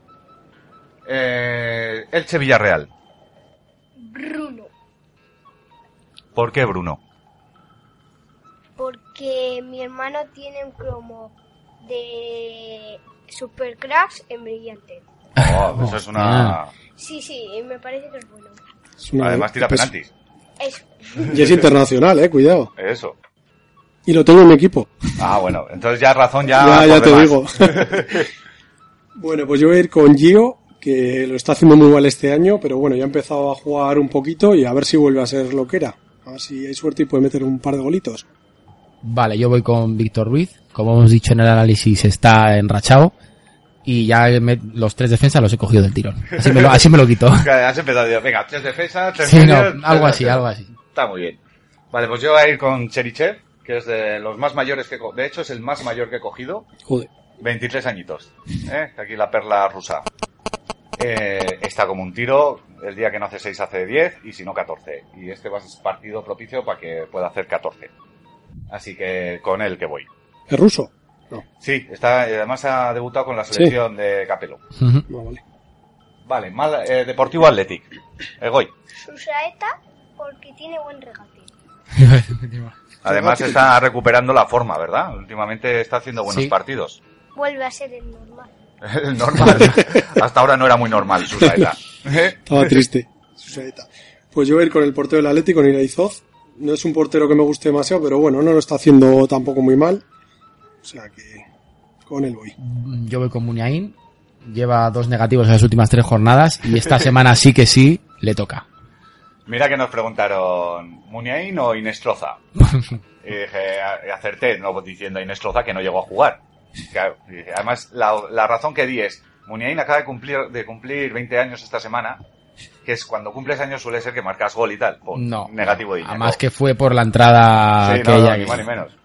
Eh, Elche Villarreal. Bruno. ¿Por qué [laughs] Bruno? Porque mi hermano tiene un cromo de Supercracks en brillante. Oh, eso es una... Ah. Sí, sí, me parece que es bueno. Es una- Además tira pues- penaltis. Eso. Y es internacional, eh, cuidado. Eso. Y lo tengo en mi equipo. Ah, bueno. Entonces ya razón ya... ya, por ya te demás. [laughs] digo. bueno, pues yo voy a ir con Gio, que lo está haciendo muy mal este año, pero bueno, ya ha empezado a jugar un poquito y a ver si vuelve a ser lo que era. A ver si hay suerte y puede meter un par de golitos. Vale, yo voy con Víctor Ruiz. Como hemos dicho en el análisis, está enrachado. Y ya me- los tres defensas los he cogido del tirón. Así me lo, así me lo [laughs] quito. Que Has empezado, digo, venga, tres defensas, tres Sí, no, medias, tres algo así, delanteros. algo así. Está muy bien. Vale, pues yo voy a ir con Cherichev, que es de los más mayores que he co- De hecho, es el más mayor que he cogido. Joder. 23 añitos. ¿eh? Aquí la perla rusa. Eh, está como un tiro. El día que no hace 6 hace 10 y si no 14. Y este va a ser partido propicio para que pueda hacer 14. Así que con él que voy. ¿Es ruso? Sí, está, eh, además ha debutado con la Sí. selección de Capelo. Ujú. No, vale. Vale, mal, eh, Deportivo Athletic. Egoy. Susaeta porque tiene buen regate. Además está recuperando la forma, ¿verdad? Últimamente está haciendo buenos Sí. partidos. [laughs] vuelve a ser el normal. El [laughs] normal. Hasta ahora no era muy normal, Susaeta. ¿Eh? [laughs] Estaba triste. Susaeta. Pues yo voy a ir con el portero del Atlético, con Iraizoz. No es un portero que me guste demasiado, pero bueno, no lo está haciendo tampoco muy mal. O sea que con él voy. Yo voy con Muñain. Lleva dos negativos en las últimas tres jornadas y esta [laughs] semana sí que sí le toca. Mira que nos preguntaron, ¿Muniain o [laughs] Inestroza? Y dije, a- acerté, no diciendo Inestroza que no llegó a jugar. Claro, y dije, además, la, la razón que di es, Muniain acaba de cumplir, de cumplir 20 años esta semana, que es cuando cumples años suele ser que marcas gol y tal. Pum, No. Pues Negativo de Iñaki. Además que fue por la entrada Sí, que no, no, ella- ni más ni menos.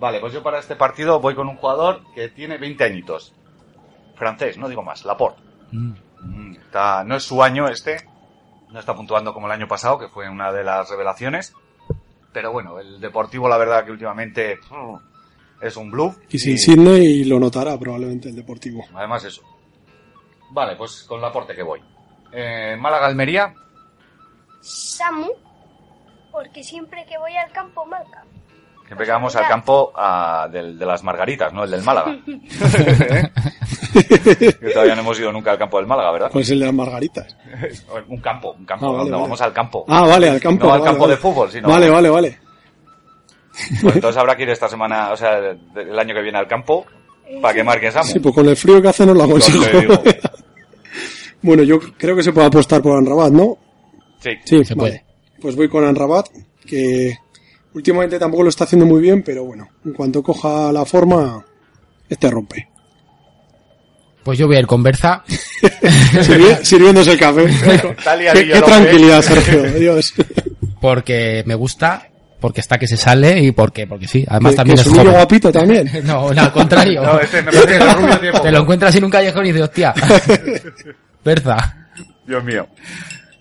Vale, pues yo para este partido voy con un jugador que tiene 20 añitos. Francés, no digo más, Laporte. Mm. Mm, está- no es su año este, no está puntuando como el año pasado, que fue una de las revelaciones. Pero bueno, el Deportivo, la verdad, que últimamente mm, es un bluff. Y sin Sidney lo notará probablemente el Deportivo. Además, eso. Vale, pues con Laporte que voy. Eh, Málaga-Almería, Samu, porque siempre que voy al campo marca. siempre que vamos al campo ah, del- de las Margaritas, ¿no? El del Málaga. que todavía no hemos ido nunca al campo del Málaga, ¿verdad? ¿Cuál es el de las margaritas? Un campo, un campo, Pues- Ah, vale, donde vale. vamos al campo. Ah, vale, al campo. No al vale, campo vale. de fútbol, sino- Vale, vale, vale. Pues entonces habrá que ir esta semana, o sea, de- el año que viene al campo, para que marque Samu. Sí, pues con el frío que hace no lo Entonces, aconsejo. Pues digo, [laughs] bueno, yo creo que se puede apostar por Anrabat, ¿no? sí. Sí, Se vale. Pues voy con Anrabat, que últimamente tampoco lo está haciendo muy bien, pero bueno, en cuanto coja la forma, [laughs] este rompe. Pues yo voy a ir con Berza. Sirvi- sirviéndose el [laughs] café. Está liadillo, qué, qué López. tranquilidad, Sergio. [laughs] Dios. porque me gusta, porque está que se sale y porque, porque sí. Además Que- también que es su niño joven. guapito también. [laughs] No, no, al contrario. [laughs] No, este me parece que el rubio tiene poco. [laughs] Te lo encuentras en un callejón y [laughs] dices, hostia. Berza. Dios mío.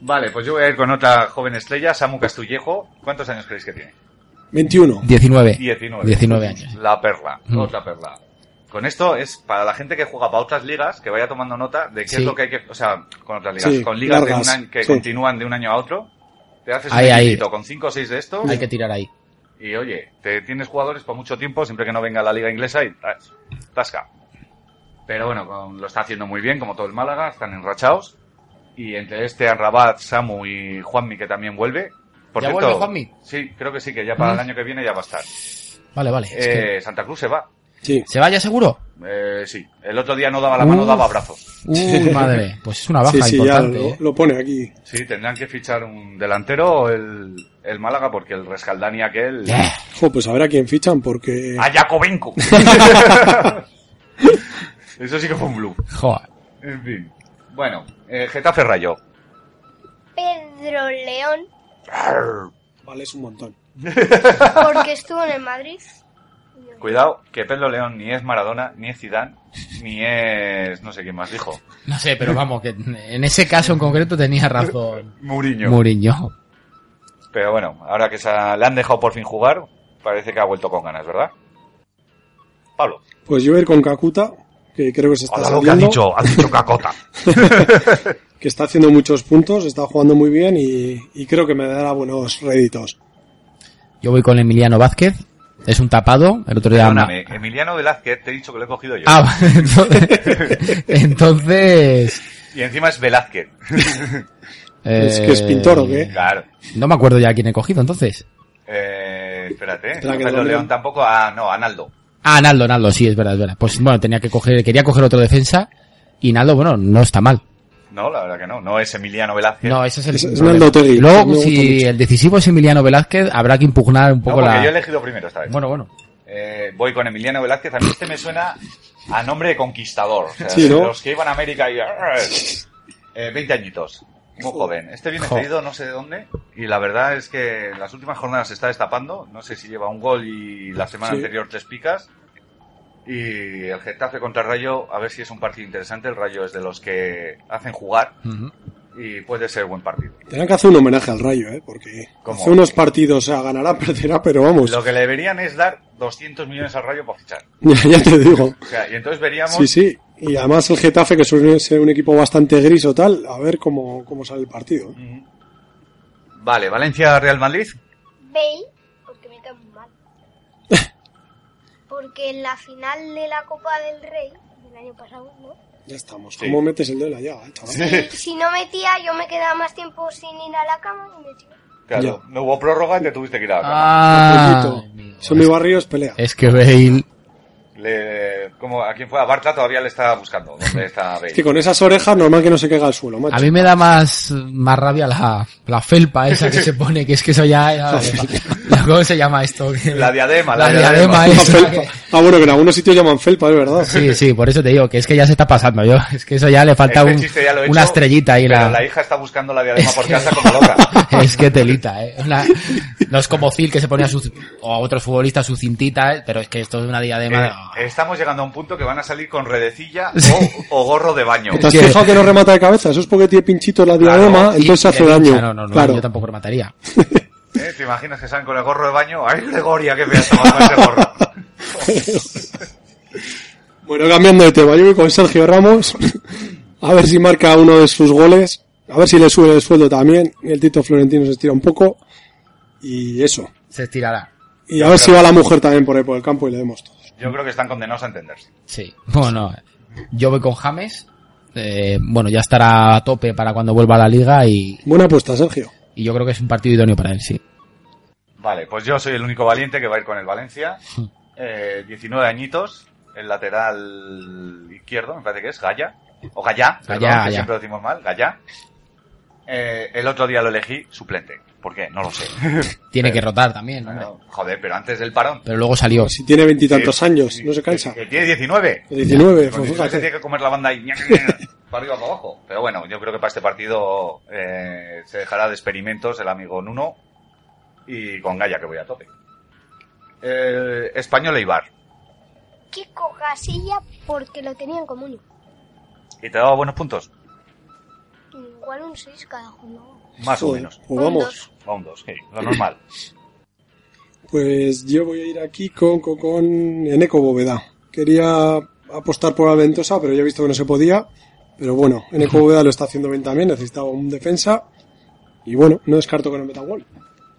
Vale, pues yo voy a ir con otra joven estrella, Samu Castillejo. ¿Cuántos años creéis que tiene? 21. 19. 19. 19 años. La perla, Mm. otra perla. Con esto es para la gente que juega para otras ligas, que vaya tomando nota de qué Sí. es lo que hay que... O sea, con otras ligas, Sí, con ligas de largas, un año- que sí. continúan de un año a otro. Te haces Ahí, un ahí. equipito con 5 o 6 de estos Hay que tirar ahí. y oye, te tienes jugadores por mucho tiempo, siempre que no venga la liga inglesa y ta- tasca. Pero bueno, con- lo está haciendo muy bien, como todo el Málaga, están enrachados. Y entre este Arrabat, Samu y Juanmi, que también vuelve. Por ¿Ya cierto, vuelve Juanmi? Sí, creo que sí, que ya para el Mm. año que viene ya va a estar. Vale, vale. es que- Eh, Santa Cruz se va. Sí. ¿Se vaya seguro? Eh, sí, el otro día no daba la mano, Uf. daba abrazos. Uy, [laughs] madre. Pues es una baja Sí, sí, ya importante. lo, ¿eh? lo pone aquí. Sí, tendrán que fichar un delantero el, el Málaga, porque el Rescaldani aquel... Yeah. Jo, pues a ver a quién fichan, porque. ¡A [laughs] Jacobenko! Eso sí que fue un blue. Joder. En fin. Bueno, eh, Getafe Rayo. Pedro León, Vale, es un montón. porque estuvo en el Madrid. Cuidado, que Pedro León ni es Maradona, ni es Zidane, ni es... no sé quién más dijo. No sé, pero vamos, que en ese caso en concreto tenía razón Muriño. Mourinho. Pero bueno, ahora que se ha- le han dejado por fin jugar, parece que ha vuelto con ganas, ¿verdad? Pablo. Pues yo voy a ir con Kakuta, que creo que se está Hola, lo que ha saliendo, dicho, ha dicho cacota. que está haciendo muchos puntos, está jugando muy bien y, y creo que me dará buenos réditos. Yo voy con Emiliano Vázquez. Es un tapado. El otro día... Perdóname, Emiliano Velázquez, te he dicho que lo he cogido yo. Ah, [laughs] vale, entonces, entonces Y encima es Velázquez. ¿Es que es pintor o qué? Claro. eh, No me acuerdo ya quién he cogido entonces. Eh, espérate, Espera que Pedro lo leo. León tampoco, ah, no, a Naldo. Ah, Naldo, Naldo, sí, es verdad, es verdad. Pues bueno, tenía que coger, quería coger otro defensa y Naldo, bueno, no está mal. No, la verdad que no, no es Emiliano Velázquez. No, ese es el Es- es problema. Naldo Otegi. A mí Luego, me gusta si mucho. el decisivo es Emiliano Velázquez, habrá que impugnar un No, poco porque la... yo he elegido primero esta vez. Bueno, bueno. Eh, voy con Emiliano Velázquez. A mí este me suena a nombre de conquistador. O sea, Sí, ¿no? Los que iban a América y... Eh, 20 añitos. Muy joven. Este viene Joder. cedido no sé de dónde. Y la verdad es que en las últimas jornadas se está destapando. No sé si lleva un gol y la semana Sí. anterior tres picas. Y el Getafe contra el Rayo, a ver si es un partido interesante. El Rayo es de los que hacen jugar Ujú. y puede ser buen partido. Tendrán que hacer un homenaje al Rayo, ¿eh? Porque ¿Cómo? hace unos partidos, o sea, ganará, [laughs] perderá, pero vamos, Lo que le deberían es dar 200 millones al Rayo para fichar. [laughs] ya, ya te digo. O sea, y entonces veríamos Sí, sí. Y además el Getafe, que suele ser un equipo bastante gris o tal, a ver cómo, cómo sale el partido. ¿eh? Ujú. Vale, Valencia Real Madrid. Bale, porque me cae muy mal. Porque en la final de la Copa del Rey, del año pasado, ¿no? Ya estamos. Sí. ¿Cómo metes el dedo en la llaga, eh, chaval? Si, si no metía, yo me quedaba más tiempo sin ir a la cama y metía. Claro, no hubo prórroga y te tuviste que ir a la cama. Ah, Puñito. Son mi barrio, es pelea. es que Bale. Le- como ¿A quién fue? A Bartra todavía le está buscando. [laughs] ¿Dónde está Bale? Es que con esas orejas normal que no se caiga al suelo, macho. A mí me da más, más rabia la, la felpa esa [laughs] que se pone, que es que eso ya era- ¿Cómo se llama esto? La diadema, La, la, diadema, Ah, esa [laughs] felpa. que- Ah, bueno, que en algunos sitios llaman felpa, es verdad. [laughs] Sí, sí, por eso te digo, que es que ya se está pasando yo. Es que eso ya le falta Este un- chiste ya lo he una hecho, estrellita ahí. pero La... la hija está buscando la diadema Es por que- casa como [laughs] loca. es que telita, eh. Una- No es como Phil que se ponía su, o a otros futbolistas su cintita, eh, pero es que esto es una Eh, diadema. estamos llegando a un punto que van a salir con [laughs] redecilla Sí. o, o gorro de baño. ¿Te has Sí. fijado que no remata de cabeza? Eso es porque tiene pinchito la diadema, Claro. Ah, entonces Y- hace y le daño. pincha, No, no, no, claro. yo tampoco remataría. ¿Eh? ¿Te imaginas que salen con el gorro de baño? ¡Ay, Gregoria, qué fea estaba con ese [laughs] gorro! Bueno, cambiando de tema, yo voy con Sergio Ramos. [laughs] A ver si marca uno de sus goles. A ver si le sube el sueldo también. El Tito Florentino se estira un poco. Y eso. Se estirará. Y a ver si va la mujer también por ahí por el campo y le demos todo. Yo creo que están condenados a entenderse. Sí. Bueno, yo voy con James. Eh, bueno, ya estará a tope para cuando vuelva a la liga y, Buena apuesta, Sergio. y yo creo que es un partido idóneo para él, sí. Vale, pues yo soy el único valiente que va a ir con el Valencia. Eh, 19 añitos, el lateral izquierdo, me parece que es Gaya. O Gallá, perdón, Gallá, que Gallá. siempre lo decimos mal, Gallá. Eh, el otro día lo elegí suplente. ¿Por qué? No lo sé. Tiene que rotar también, hombre. Bueno, joder, pero antes del parón. Pero luego salió. Si tiene veintitantos Sí, años, sí, no se cansa. Que, que tiene 19. O 19, Con pues 19 se fíjate. tiene que comer la banda y ñac, ñac, [laughs] para arriba para abajo. Pero bueno, yo creo que para este partido eh, se dejará de experimentos el amigo Nuno y con Gaya que voy a tope. Eh, Español Eibar. Kiko Casilla porque lo tenían como único. ¿Y te daba buenos puntos? Igual un 6 cada uno. Más o Joder, menos. pues vamos. Dos. A un 2, lo normal. Pues yo voy a ir aquí con, con, con Eneco Bóveda. Quería apostar por Alventosa, pero ya he visto que no se podía. Pero bueno, Eneco Bóveda lo está haciendo bien también, necesitaba un defensa. Y bueno, no descarto que no meta un gol.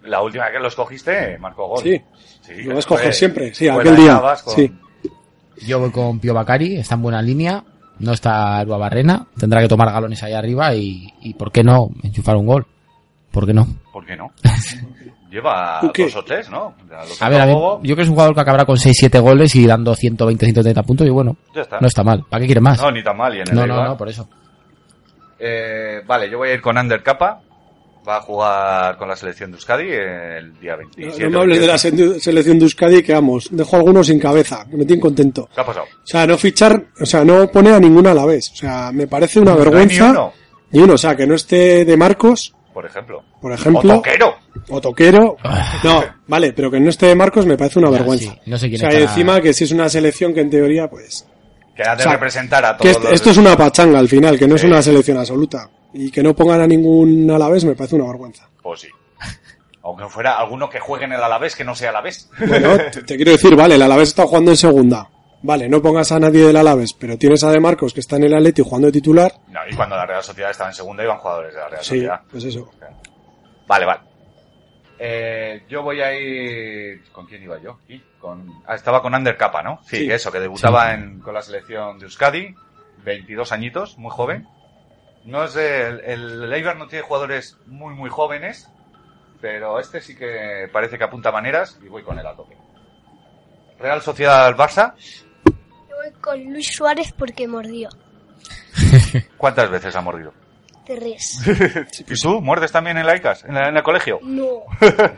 La última que los cogiste, eh, marcó gol. Sí. Sí, Lo vas a coger fue- siempre, sí, fue aquel la día, Navas con- sí. Yo voy con Pio Bacari, está en buena línea. No está Lua Barrena, tendrá que tomar galones ahí arriba y, y ¿por qué no enchufar un gol? ¿Por qué no? ¿Por qué [laughs] no? Lleva ¿Un qué? dos o tres, ¿no? Ya, lo A ver, a ver, Bobo, yo creo que es un jugador que acabará con 6-7 goles y dando 120, 130 puntos y bueno, Ya está. no está mal. ¿Para qué quiere más? No, ni tan mal. Y en el No, no, Eibar. no, por eso. [laughs] Eh, vale, yo voy a ir con Ander Capa. Va a jugar con la selección de Euskadi el día No, 27. no me hables de la 28. se- selección de Euskadi que vamos. Dejo algunos sin cabeza, que me tienen contento. ¿Qué ha pasado? O sea, no fichar, o sea, no poner a ninguno a la vez. O sea, me parece una vergüenza. ni uno. Ni uno, o sea, que no esté de Marcos, Por ejemplo. por ejemplo. ¡O Toquero! o Toquero. No, vale, pero que no esté de Marcos me parece una Ah. Ya, vergüenza. sí, no sé quién o sea, está- y encima que si es una selección que en teoría, pues. Que ha de O sea, representar a todos que est- los- esto es una pachanga al final, que no es Sí. una selección absoluta. Y que no pongan a ningún a la vez me parece una vergüenza. Pues sí. Aunque fuera alguno que juegue en el Alavés que no sea Alavés. Bueno, te, te quiero decir, vale, el Alavés está jugando en segunda. Vale, no pongas a nadie del Alavés, pero tienes a De Marcos que está en el Atleti jugando de titular. No, y cuando la Real Sociedad estaba en segunda iban jugadores de la Real Sí, Sociedad. pues eso. [laughs] Vale, vale. Eh, yo voy a ir... ¿Con quién iba yo? Sí, Con... Ah, estaba con Ander Capa, ¿no? Sí, Sí. eso, que debutaba en- con la selección de Euskadi, 22 añitos, muy joven. No es de- el, el Eibar no tiene jugadores muy, muy jóvenes, pero este sí que parece que apunta maneras y voy con él a tope. Real Sociedad al Barça, Yo voy con Luis Suárez porque mordió. ¿cuántas veces ha mordido? Tres. ¿Y tú? ¿Muerdes también en la ICAS, en, la- en el colegio? No.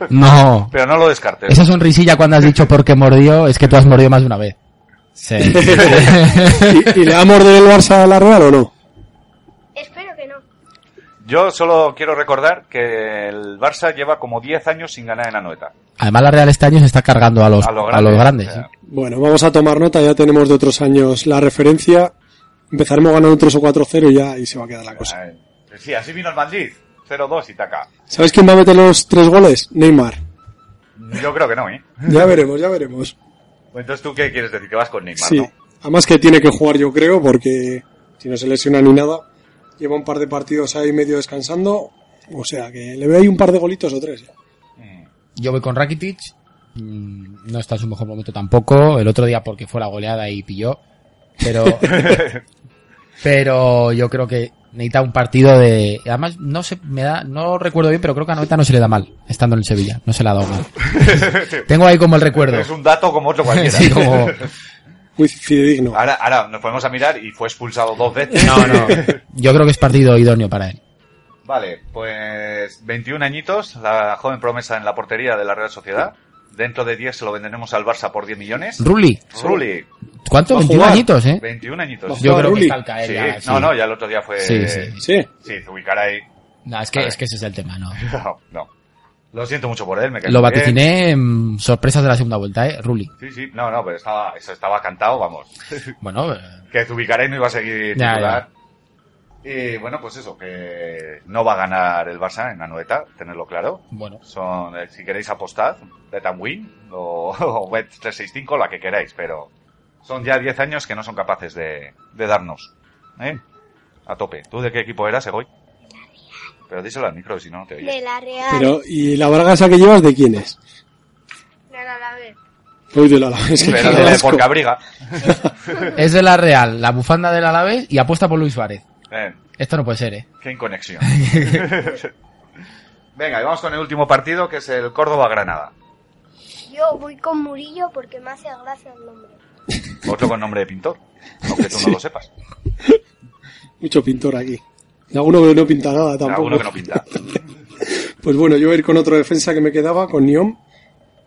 No. Pero no lo descartes. Esa sonrisilla cuando has dicho porque mordió, es que tú has mordido más de una vez. Sí. ¿Y, y le ha mordido el Barça a la Real o no? Espero que no. Yo solo quiero recordar que el Barça lleva como 10 años sin ganar en Anoeta. Además, la Real este año se está cargando a los, A lo a los grande, grandes. o sea. sí. Bueno, vamos a tomar nota, ya tenemos de otros años la referencia. Empezaremos ganando 3 o 4-0 y ya y se va a quedar la cosa. Ay, eh. Sí, así vino el Madrid. 0-2 y taca. ¿Sabes quién va a meter los tres goles? Neymar. Yo creo que no, ¿eh? Pues Ya veremos, ya veremos. Entonces, ¿tú qué quieres decir? Que vas con Neymar, Sí, ¿no? además que tiene que jugar yo creo porque si no se lesiona ni nada, lleva un par de partidos ahí medio descansando, o sea que le veo ahí un par de golitos o tres. ¿eh? ya. Mm, Yo voy con Rakitic, mm, no está en su mejor momento tampoco. El otro día porque fue la goleada y pilló. [laughs] Pero, pero yo creo que necesita un partido de. Además, no se me da, no recuerdo bien, pero creo que a Noeta no se le da mal, estando en el Sevilla. No se la ha [laughs] dado mal. Tengo ahí como el recuerdo. Es un dato como otro cualquiera. [laughs] Sí, como- Muy fidedigno. Ahora, ahora nos ponemos a mirar y fue expulsado dos veces. no, no. Yo creo que es partido idóneo para él. [laughs] Vale, pues 21 añitos, la joven promesa en la portería de la Real Sociedad. Dentro de 10 se lo venderemos al Barça por 10 millones. Ruli, Ruli, ¿cuánto? Va a 21 jugar. añitos, ¿eh? 21 añitos. Ojo, Yo creo que Rulli. está al caer Sí, ya, sí. No, no, ya el otro día fue... Sí, sí. Sí. Sí, Zubicaray. No, es que, es que ese es el tema, ¿no? [laughs] No, no. Lo siento mucho por él, me cae Lo muy bien. vaticiné en sorpresas de la segunda vuelta, ¿eh? Ruli. Sí, sí, no, no, pero estaba, eso estaba cantado, vamos. Bueno, eh, que Zubicaray no iba a seguir Ya, titular. Y bueno, pues eso, que no va a ganar el Barça en la nueta, tenerlo claro. bueno. Son, eh, si queréis apostar, Bet and Win o, [laughs] o Bet365, la que queráis, pero son ya 10 años que no son capaces de, de darnos. ¿eh? A tope. ¿Tú de qué equipo eras, Egoy? Pero díselo al micro, si no, no te oyes. De la Real. Pero, ¿y la braga esa que llevas de quién es? No, no, a ver. Pues de la [laughs] es que Pero me da de asco. Porcabriga. Es de la Real, la bufanda del Alavés y apuesta por Luis Suárez. Eh, Esto no puede ser, ¿eh? qué inconexión. Venga, y vamos con el último partido, que es el Córdoba-Granada. Yo voy con Murillo porque me hace gracia el nombre. Otro con nombre de pintor, aunque tú no lo sepas. Mucho pintor aquí. Y alguno que no pinta nada tampoco. Alguno que no pinta. Pues bueno, yo voy a ir con otro defensa que me quedaba, con Niom,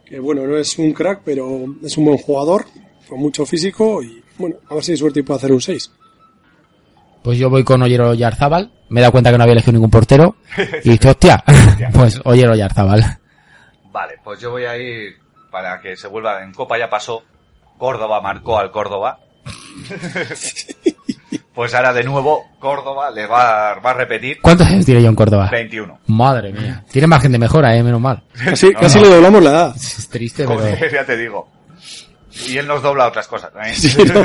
que bueno, no es un crack, pero es un buen jugador, con mucho físico y bueno, a ver si hay suerte y puede hacer un 6. Pues yo voy con Ollero Yarzábal. Me he dado cuenta que no había elegido [laughs] ningún portero. Y dije, hostia, [laughs] pues Ollero Yarzábal. Vale, pues yo voy a ir para que se vuelva. En Copa ya pasó. Córdoba marcó al Córdoba. pues ahora de nuevo Córdoba le va a, va a repetir ¿Cuántos años tiene yo en Córdoba? 21. Madre mía. Tiene margen de mejora, ¿eh? [laughs] Menos mal. Casi, No, casi no. le doblamos la edad. Es triste, [laughs] pero... Joder, ya te digo. Y él nos dobla otras cosas. ¿eh? no.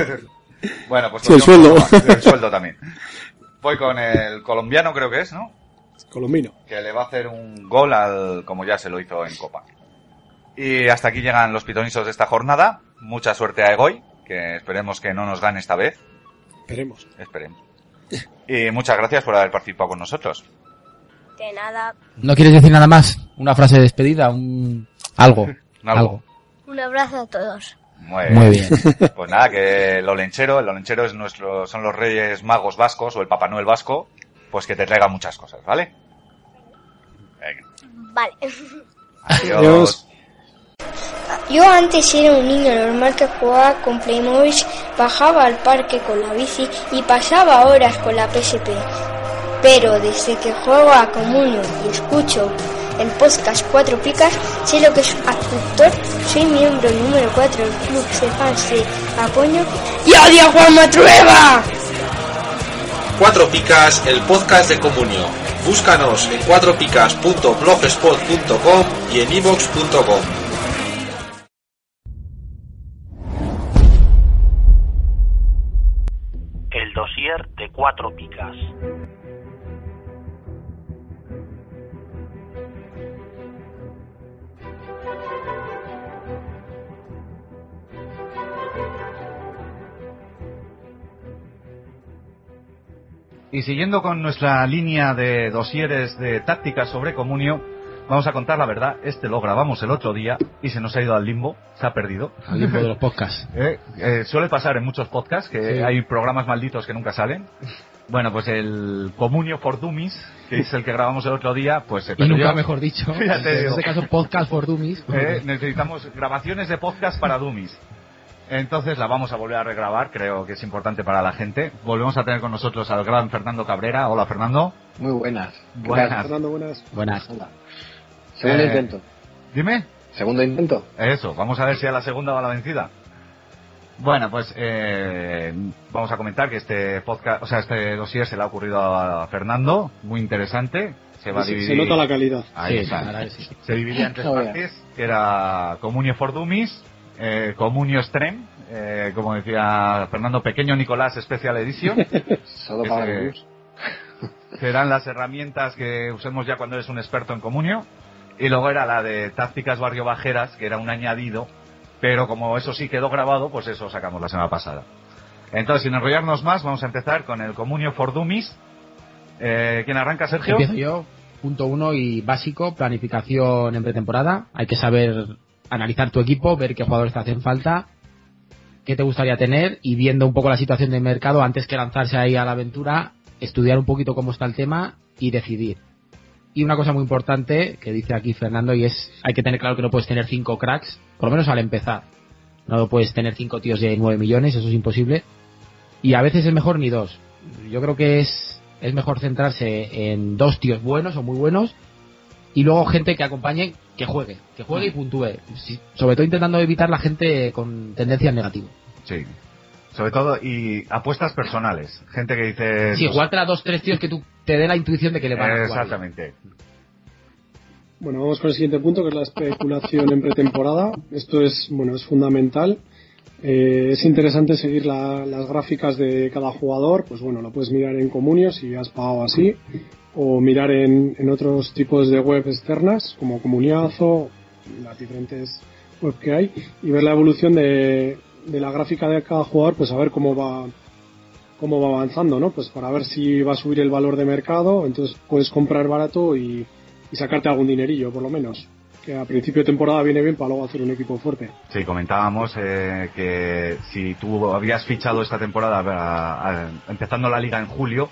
[laughs] bueno, pues Sí, el con sueldo. Córdoba, El sueldo también. Voy con el colombiano, creo que es, ¿no? Colombino. que le va a hacer un gol al como ya se lo hizo en Copa. Y hasta aquí llegan los pitonisos de esta jornada. Mucha suerte a Egoy, que esperemos que no nos gane esta vez. Esperemos. Esperemos. Y muchas gracias por haber participado con nosotros. De nada. ¿No quieres decir nada más? ¿Una frase de despedida? ¿Un... Algo? [laughs] Algo. Un abrazo a todos. Muy Muy bien. Pues nada, que el olenchero, el olenchero es nuestro, son los reyes magos vascos o el Papá Noel vasco, pues que te traiga muchas cosas, ¿vale? Venga. Vale. Adiós. Adiós. Yo antes era un niño normal que jugaba con Playmobil, bajaba al parque con la bici y pasaba horas con la PSP. Pero desde que juego a Comunio y escucho el podcast Cuatro Picas, sé lo que es actor, soy miembro número 4 del club de fans de Apoño y odio a Juan Matrueva. Cuatro Picas, el podcast de Comunio. Búscanos en cuatropicas.blogspot.com y en ivox.com. El dossier de cuatro picas. Y siguiendo con nuestra línea de dosieres de tácticas sobre comunio, vamos a contar la verdad. Este lo grabamos el otro día y se nos ha ido al limbo, se ha perdido. Al limbo de los podcasts. Eh, eh, suele pasar en muchos podcasts que Sí. hay programas malditos que nunca salen. Bueno, pues el Comunio for Dummies, que es el que grabamos el otro día, pues se Y perdió. nunca mejor dicho. [laughs] Ya te En digo. este caso, podcast for dummies. Eh, necesitamos grabaciones de podcast para Dummies. Entonces la vamos a volver a regrabar, creo que es importante para la gente. Volvemos a tener con nosotros al gran Fernando Cabrera. Hola Fernando. Muy buenas. Buenas. Fernando, buenas. Buenas. Hola. Segundo Eh, intento. Dime. Segundo intento. Eso, vamos a ver si a la segunda va la vencida. Bueno, pues eh, vamos a comentar que este podcast, o sea, este dossier se le ha ocurrido a Fernando, muy interesante. Se va a Se, dividir. se nota la calidad. Ahí Sí, está. la verdad que sí. Se dividía en tres Ah, bueno. partes, que era Comunio for Dummies, eh, Comunio Extreme, eh, como decía Fernando Pequeño Nicolás Special Edition, Solo para Ese- reviews. que eran las herramientas que usemos ya cuando eres un experto en comunio. Y luego era la de tácticas barrio bajeras, que era un añadido, pero como eso sí quedó grabado, pues eso sacamos la semana pasada. Entonces, sin enrollarnos más, vamos a empezar con el Comunio for Dummies. Eh, ¿Quién arranca, Sergio? Empiezo yo. Punto uno y básico, planificación en pretemporada. Hay que saber analizar tu equipo, ver qué jugadores te hacen falta, qué te gustaría tener y viendo un poco la situación del mercado antes que lanzarse ahí a la aventura, estudiar un poquito cómo está el tema y decidir. Y una cosa muy importante que dice aquí Fernando y es hay que tener claro que no puedes tener cinco cracks, por lo menos al empezar. No puedes tener cinco tíos de 9 millones, eso es imposible. Y a veces es mejor ni dos. Yo creo que es, es mejor centrarse en dos tíos buenos o muy buenos y luego gente que acompañe, que juegue, que juegue y puntúe. Si- Sobre todo intentando evitar la gente con tendencias negativas. Sí. Sobre todo, y apuestas personales. Gente que dice... Sí, pues, jugártela a dos, tres tíos que tú te dé la intuición de que le van a jugar. Exactamente. Bueno, vamos con el siguiente punto, que es la especulación en pretemporada. Esto es, bueno, es fundamental. Eh, es interesante seguir la- las gráficas de cada jugador. Pues bueno, lo puedes mirar en Comunio si has pagado así, o mirar en, en otros tipos de web externas, como Comuniazo, las diferentes web que hay, y ver la evolución de, de la gráfica de cada jugador, pues a ver cómo va cómo va avanzando, ¿no? Pues para ver si va a subir el valor de mercado, entonces puedes comprar barato y, y sacarte algún dinerillo, por lo menos. Que a principio de temporada viene bien para luego hacer un equipo fuerte. Sí, comentábamos eh, que si tú habías fichado esta temporada a- a- empezando la liga en julio,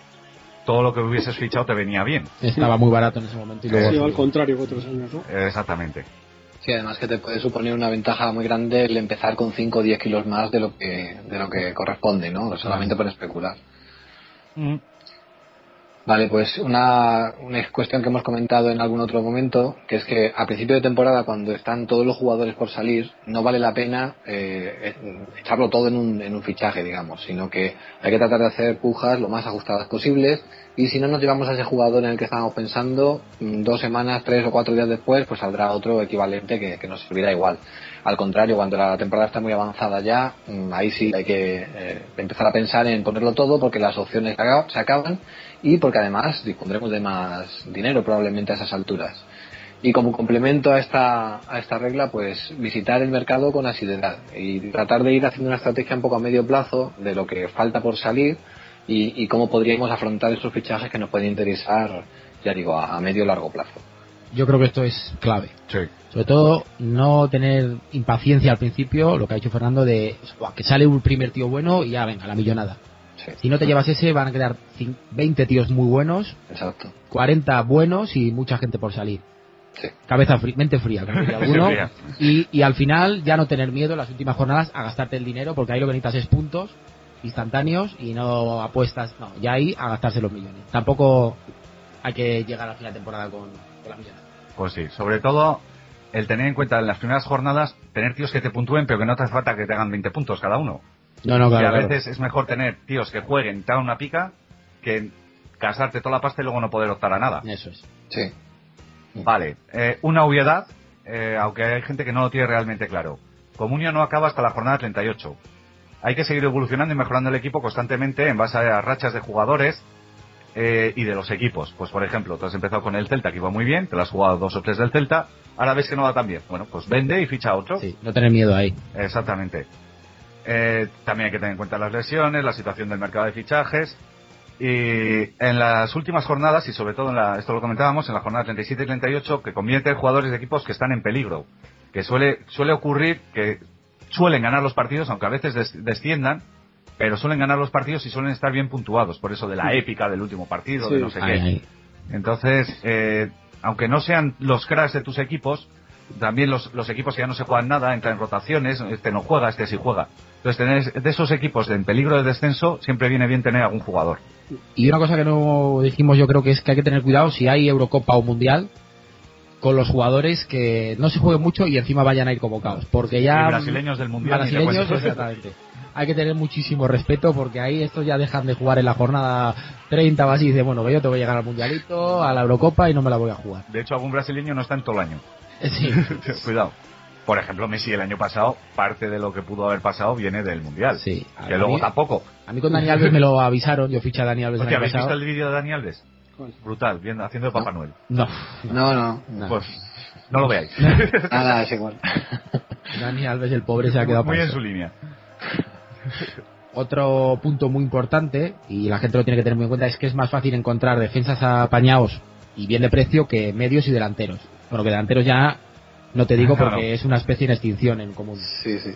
todo lo que hubieses fichado te venía bien. Estaba muy barato en ese momento. Y luego- Sí, al contrario que otros años, ¿no? Eh, Exactamente. Sí, además que te puede suponer una ventaja muy grande el empezar con 5 o 10 kilos más de lo que de lo que corresponde, ¿no? Solamente por especular. Vale, pues una, una cuestión que hemos comentado en algún otro momento, que es que a principio de temporada, cuando están todos los jugadores por salir, no vale la pena eh, e- echarlo todo en un, en un fichaje, digamos, sino que hay que tratar de hacer pujas lo más ajustadas posibles y si no nos llevamos a ese jugador en el que estábamos pensando, mm, dos semanas, tres o cuatro días después, pues saldrá otro equivalente que, que nos servirá igual. Al contrario, cuando la temporada está muy avanzada ya, mm, ahí sí hay que eh, empezar a pensar en ponerlo todo porque las opciones aca- se acaban y porque además dispondremos de más dinero probablemente a esas alturas. Y como complemento a esta, a esta regla, pues visitar el mercado con asiduidad y tratar de ir haciendo una estrategia un poco a medio plazo de lo que falta por salir y, y cómo podríamos afrontar esos fichajes que nos pueden interesar, ya digo, a, a medio o largo plazo. Yo creo que esto es clave. Sí. Sobre todo, no tener impaciencia al principio, lo que ha dicho Fernando, de "Buah, que sale un primer tío bueno y ya venga, la millonada. Sí, Si no te llevas ese, van a quedar cin- 20 tíos muy buenos, exacto. 40 buenos y mucha gente por salir. Sí. Cabeza fría, mente fría, como diría alguno. Fría. y, y al final ya no tener miedo en las últimas jornadas a gastarte el dinero, porque ahí lo que necesitas es puntos instantáneos y no apuestas, no, ya ahí a gastarse los millones. Tampoco hay que llegar a final de temporada con, con las millonadas. Pues sí, sobre todo el tener en cuenta en las primeras jornadas, tener tíos que te puntúen, pero que no te hace falta que te hagan 20 puntos cada uno. No, no, Y claro. a claro. veces es mejor tener tíos que jueguen, te hagan una pica, que casarte toda la pasta y luego no poder optar a nada. Eso es. Sí, Vale, eh, una obviedad, eh, aunque hay gente que no lo tiene realmente claro. Comunio no acaba hasta la jornada 38. Hay que seguir evolucionando y mejorando el equipo constantemente en base a rachas de jugadores eh, y de los equipos. Pues por ejemplo, tú has empezado con el Celta que iba muy bien, te lo has jugado dos o tres del Celta, ahora ves que no va tan bien. Bueno, pues vende y ficha a otro. Sí, no tener miedo ahí. Exactamente. Eh, también hay que tener en cuenta las lesiones, la situación del mercado de fichajes. Y en las últimas jornadas, y sobre todo en la, esto lo comentábamos, en la jornada 37 y 38, que convierte jugadores de equipos que están en peligro. Que suele, suele ocurrir que suelen ganar los partidos, aunque a veces des- desciendan, pero suelen ganar los partidos y suelen estar bien puntuados. Por eso de la épica del último partido, de Sí. no sé Ahí, qué. ahí. Entonces, eh, aunque no sean los cracks de tus equipos, también los, los equipos que ya no se juegan nada, entran en rotaciones, este no juega, este sí juega. Entonces, tener de esos equipos en peligro de descenso, siempre viene bien tener algún jugador. Y una cosa que no dijimos yo creo que es que hay que tener cuidado si hay Eurocopa o Mundial con los jugadores que no se jueguen mucho y encima vayan a ir convocados. Porque ya... Y mm, brasileños del Mundial, ni te Brasileños, cuento. exactamente. Hay que tener muchísimo respeto porque ahí estos ya dejan de jugar en la jornada 30 o así y dicen, bueno, que yo tengo que llegar al Mundialito, a la Eurocopa y no me la voy a jugar. De hecho, algún brasileño no está en todo el [laughs] año. Sí, [laughs] Cuidado. Por ejemplo, Messi el año pasado, parte de lo que pudo haber pasado viene del Mundial. sí. A, Que luego mí, tampoco. a mí con Dani Alves me lo avisaron, yo fiché a Dani Alves pues el Hostia, año ¿habéis visto pasado. el vídeo de Dani Alves? ¿Cuál? Brutal, bien, haciendo de Papá Noel. No, No, no. no. Pues, No lo veáis. Nada, es igual. Dani Alves, el pobre, [laughs] se ha quedado Muy para en eso. su línea. Otro punto muy importante, y la gente lo tiene que tener muy en cuenta, es que es más fácil encontrar defensas apañados y bien de precio que medios y delanteros. Bueno, que delanteros ya no te digo Claro. porque es una especie en extinción en común. Sí, sí.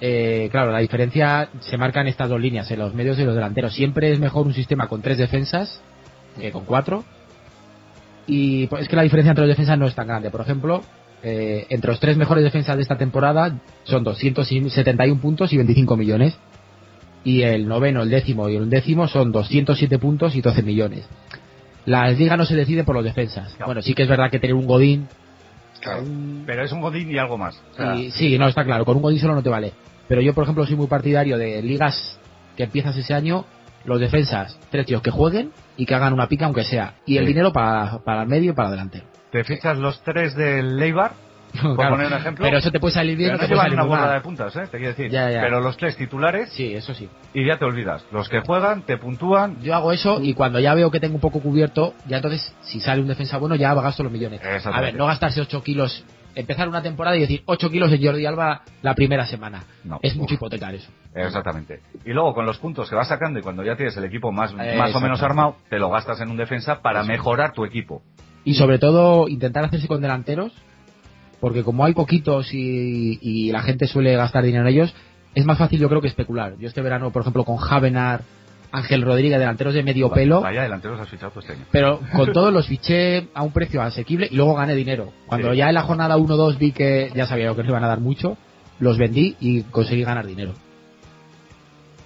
Eh, claro, la diferencia se marca en estas dos líneas, en los medios y los delanteros. Siempre es mejor un sistema con tres defensas que con cuatro. Y pues, es que la diferencia entre los defensas no es tan grande. Por ejemplo, eh, entre los tres mejores defensas de esta temporada son 271 puntos y 25 millones. Y el noveno, el décimo y el undécimo son 207 puntos y 12 millones. La liga no se decide por los defensas. No. Bueno, sí que es verdad que tener un Godín Claro. Pero es un godín y algo más. y- sí, no, está claro, con un Godín solo no te vale. Pero yo, por ejemplo, soy muy partidario de ligas que empiezas ese año, los defensas, tres tíos que jueguen y que hagan una pica aunque sea. Y el Sí. dinero para, para el medio y para adelante. Te fichas los tres del Leibar, [laughs] por poner un ejemplo. Pero eso te puede salir bien, pero o no te puede llevan salir una muy borrada mal. de puntas, ¿eh? Te quiero decir. Ya, ya. Pero los tres titulares Sí, eso sí. y ya te olvidas. Los que juegan te puntúan. Yo hago eso y cuando ya veo que tengo un poco cubierto, ya entonces, si sale un defensa bueno, ya gasto los millones. A Exactamente. ver, no gastarse 8 kilos, empezar una temporada y decir 8 kilos de Jordi Alba la primera semana. No. Es mucho Uf. hipotecar eso. Exactamente. Y luego con los puntos que vas sacando y cuando ya tienes el equipo más, Eh, más o menos exactamente. armado, te lo gastas en un defensa para mejorar tu equipo. y sobre todo intentar hacerse con delanteros porque como hay poquitos y, y la gente suele gastar dinero en ellos es más fácil yo creo que especular yo este verano por ejemplo con Javenar Ángel Rodríguez delanteros de medio pelo Vaya delanteros has fichado tú este año. pero con todos los fiché a un precio asequible y luego gané dinero cuando Sí. ya en la jornada 1-2 vi que ya sabía yo que no iban a dar mucho los vendí y conseguí ganar dinero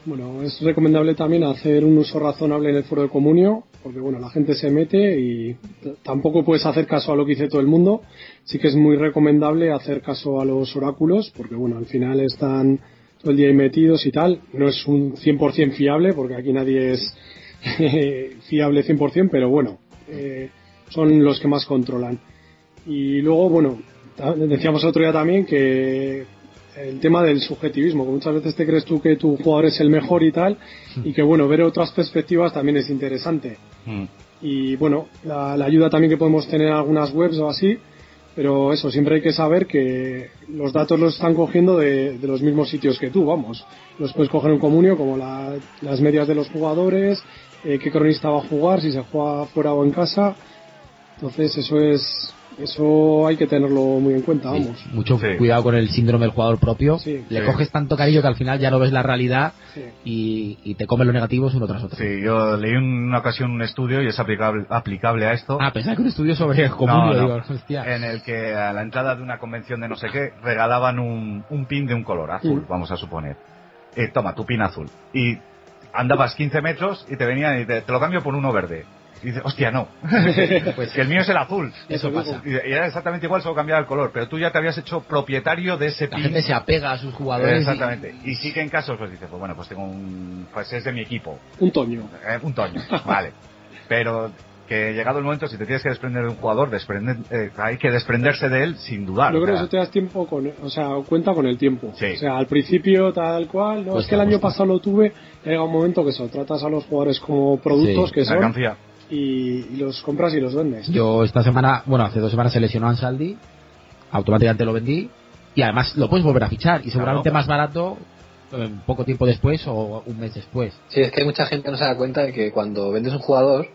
Bueno, es recomendable también hacer un uso razonable en el foro de comunio, porque bueno, la gente se mete y t- tampoco puedes hacer caso a lo que dice todo el mundo. Sí que es muy recomendable hacer caso a los oráculos, porque bueno, al final están todo el día ahí metidos y tal. No es un 100% fiable, porque aquí nadie es [laughs] fiable 100%, pero bueno, eh, son los que más controlan. Y luego, bueno, ta- decíamos otro día también que el tema del subjetivismo, que muchas veces te crees tú que tu jugador es el mejor y tal, Mm. y que bueno, ver otras perspectivas también es interesante. Y bueno, la, la ayuda también que podemos tener en algunas webs o así, pero eso, siempre hay que saber que los datos los están cogiendo de, de los mismos sitios que tú, vamos. Los puedes coger en comunio, como la- las medias de los jugadores, eh, qué cronista va a jugar, si se juega fuera o en casa. Entonces, eso es. Eso hay que tenerlo muy en cuenta, vamos. Sí, mucho Sí. cuidado con el síndrome del jugador propio Sí. le Sí. coges tanto cariño que al final ya no ves la realidad Sí. y, y te comes los negativos uno tras otro Sí, yo leí en una ocasión un estudio y es aplicable, aplicable a esto. Ah, pensaba que un estudio sobre el común, No, yo no. digo, hostia. en el que a la entrada de una convención de no sé qué regalaban un, un pin de un color azul, Mm. vamos a suponer. Eh, toma, tu pin azul. Y andabas 15 metros y te venían y te, te lo cambio por uno verde. Y dices, hostia, no, [laughs] Pues [laughs] que el mío es el azul. eso pasa. Y y era exactamente igual, solo cambiaba el color, pero tú ya te habías hecho propietario de ese La pin. gente se apega a sus jugadores. y- Exactamente. Y sí que en casos pues dices, pues bueno, pues tengo un... pues es de mi equipo, Un toño. eh, un toño, vale. Pero que llegado el momento, si te tienes que desprender de un jugador, desprender, eh, hay que desprenderse de él sin dudar. Yo o creo que sea, eso te das tiempo con, o sea, cuenta con el tiempo. Sí. O sea, al principio tal cual, no, es Cuesta, que el año cuesta. pasado lo tuve, llega un momento que eso, tratas a los jugadores como productos Sí, que la son cancilla. y, y los compras y los vendes. Pues Yo esta semana, bueno, hace dos semanas se lesionó Ansaldi, automáticamente lo vendí y además lo puedes volver a fichar y seguramente Claro. más barato eh, poco tiempo después o un mes después. Sí, es que hay mucha gente que no se da cuenta de que cuando vendes un jugador,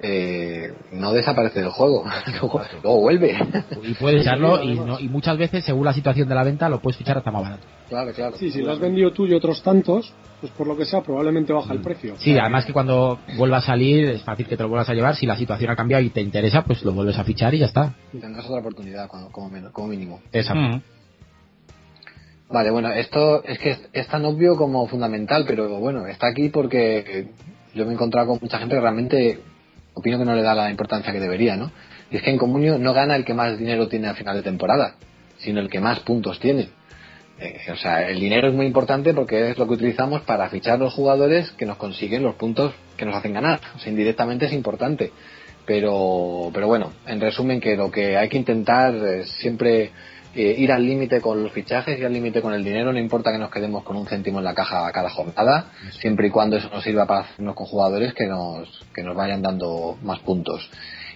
eh, no desaparece del juego. [laughs] luego, luego vuelve. Y [laughs] puedes ficharlo y, además. no, y muchas veces, según la situación de la venta, lo puedes fichar hasta más barato. claro, claro. Sí, si lo has vendido tú y otros tantos, pues por lo que sea, probablemente baja el precio. Sí, además que cuando vuelva a salir es fácil que te lo vuelvas a llevar. Si la situación ha cambiado y te interesa, pues lo vuelves a fichar y ya está. Tendrás otra oportunidad cuando- como, men- como mínimo. Exacto. Mm. Vale, bueno, esto es que es, es tan obvio como fundamental, pero bueno, está aquí porque yo me he encontrado con mucha gente que realmente opino que no le da la importancia que debería, ¿no? Y es que en Comunio no gana el que más dinero tiene a final de temporada, sino el que más puntos tiene. Eh, o sea, el dinero es muy importante porque es lo que utilizamos para fichar los jugadores que nos consiguen los puntos que nos hacen ganar. O sea, indirectamente es importante. Pero, pero bueno, en resumen que lo que hay que intentar es siempre eh, ir al límite con los fichajes, ir al límite con el dinero, no importa que nos quedemos con un céntimo en la caja cada jornada, siempre y cuando eso nos sirva para hacernos con jugadores que nos, que nos vayan dando más puntos.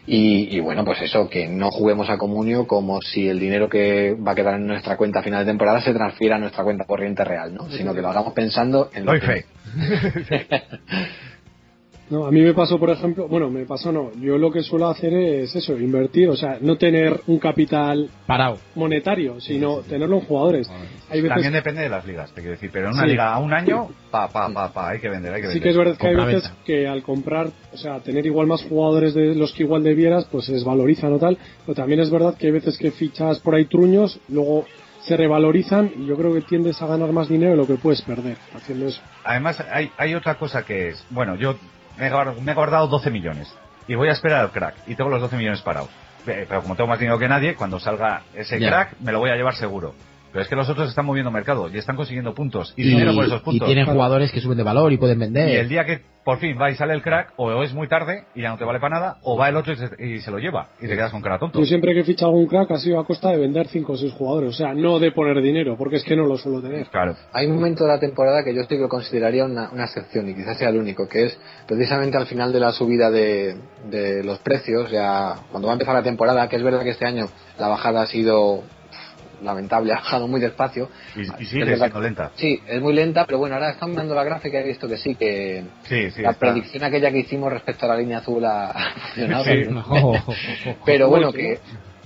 Y, y bueno, pues eso, que no juguemos a comunio como si el dinero que va a quedar en nuestra cuenta a final de temporada se transfiera a nuestra cuenta corriente real, ¿no? Sino que lo hagamos pensando en lo Doy que- fe. No, a mí me pasó, por ejemplo, bueno, me pasó no, yo lo que suelo hacer es eso, invertir, o sea, no tener un capital Parado. monetario, sino tenerlo en jugadores. Hay veces También depende de las ligas, te quiero decir. Pero en una Sí. liga a un año, pa, pa, pa, pa, hay que vender, hay que vender. Sí que es verdad que hay Compra-venta. veces que al comprar, o sea, tener igual más jugadores de los que igual debieras, pues se desvalorizan o tal. Pero también es verdad que hay veces que fichas por ahí truños, luego se revalorizan y yo creo que tiendes a ganar más dinero de lo que puedes perder haciendo eso. Además, hay, hay otra cosa que es, bueno, yo me he, guard- me he guardado 12 millones y voy a esperar al crack y tengo los 12 millones parados. Eh, Pero como tengo más dinero que nadie, cuando salga ese Ya. crack me lo voy a llevar seguro. Pero es que los otros están moviendo mercado y están consiguiendo puntos y, Y, dinero por esos y puntos. tienen jugadores que suben de valor y pueden vender. Y el día que por fin va y sale el crack, o es muy tarde y ya no te vale para nada, o va el otro y se, y se lo lleva y te quedas con cara tonto. Pues Yo siempre que he fichado algún crack ha sido a costa de vender 5 o 6 jugadores, o sea, no de poner dinero, porque es que no lo [laughs] suelo tener. Claro. Hay un momento de la temporada que yo sí que consideraría una, una excepción y quizás sea el único, que es precisamente al final de la subida de, de los precios, ya cuando va a empezar la temporada, que es verdad que este año la bajada ha sido pff, lamentable, [laughs] ha bajado muy despacio. Y, y Es sigue verdad. siendo lenta. Sí, es muy lenta, pero bueno, ahora están mirando la gráfica y he visto que sí, que Sí, sí. la está. predicción aquella que hicimos respecto a la línea azul ha [laughs] ha funcionado. Sí. No. Pero bueno, que ¿eh?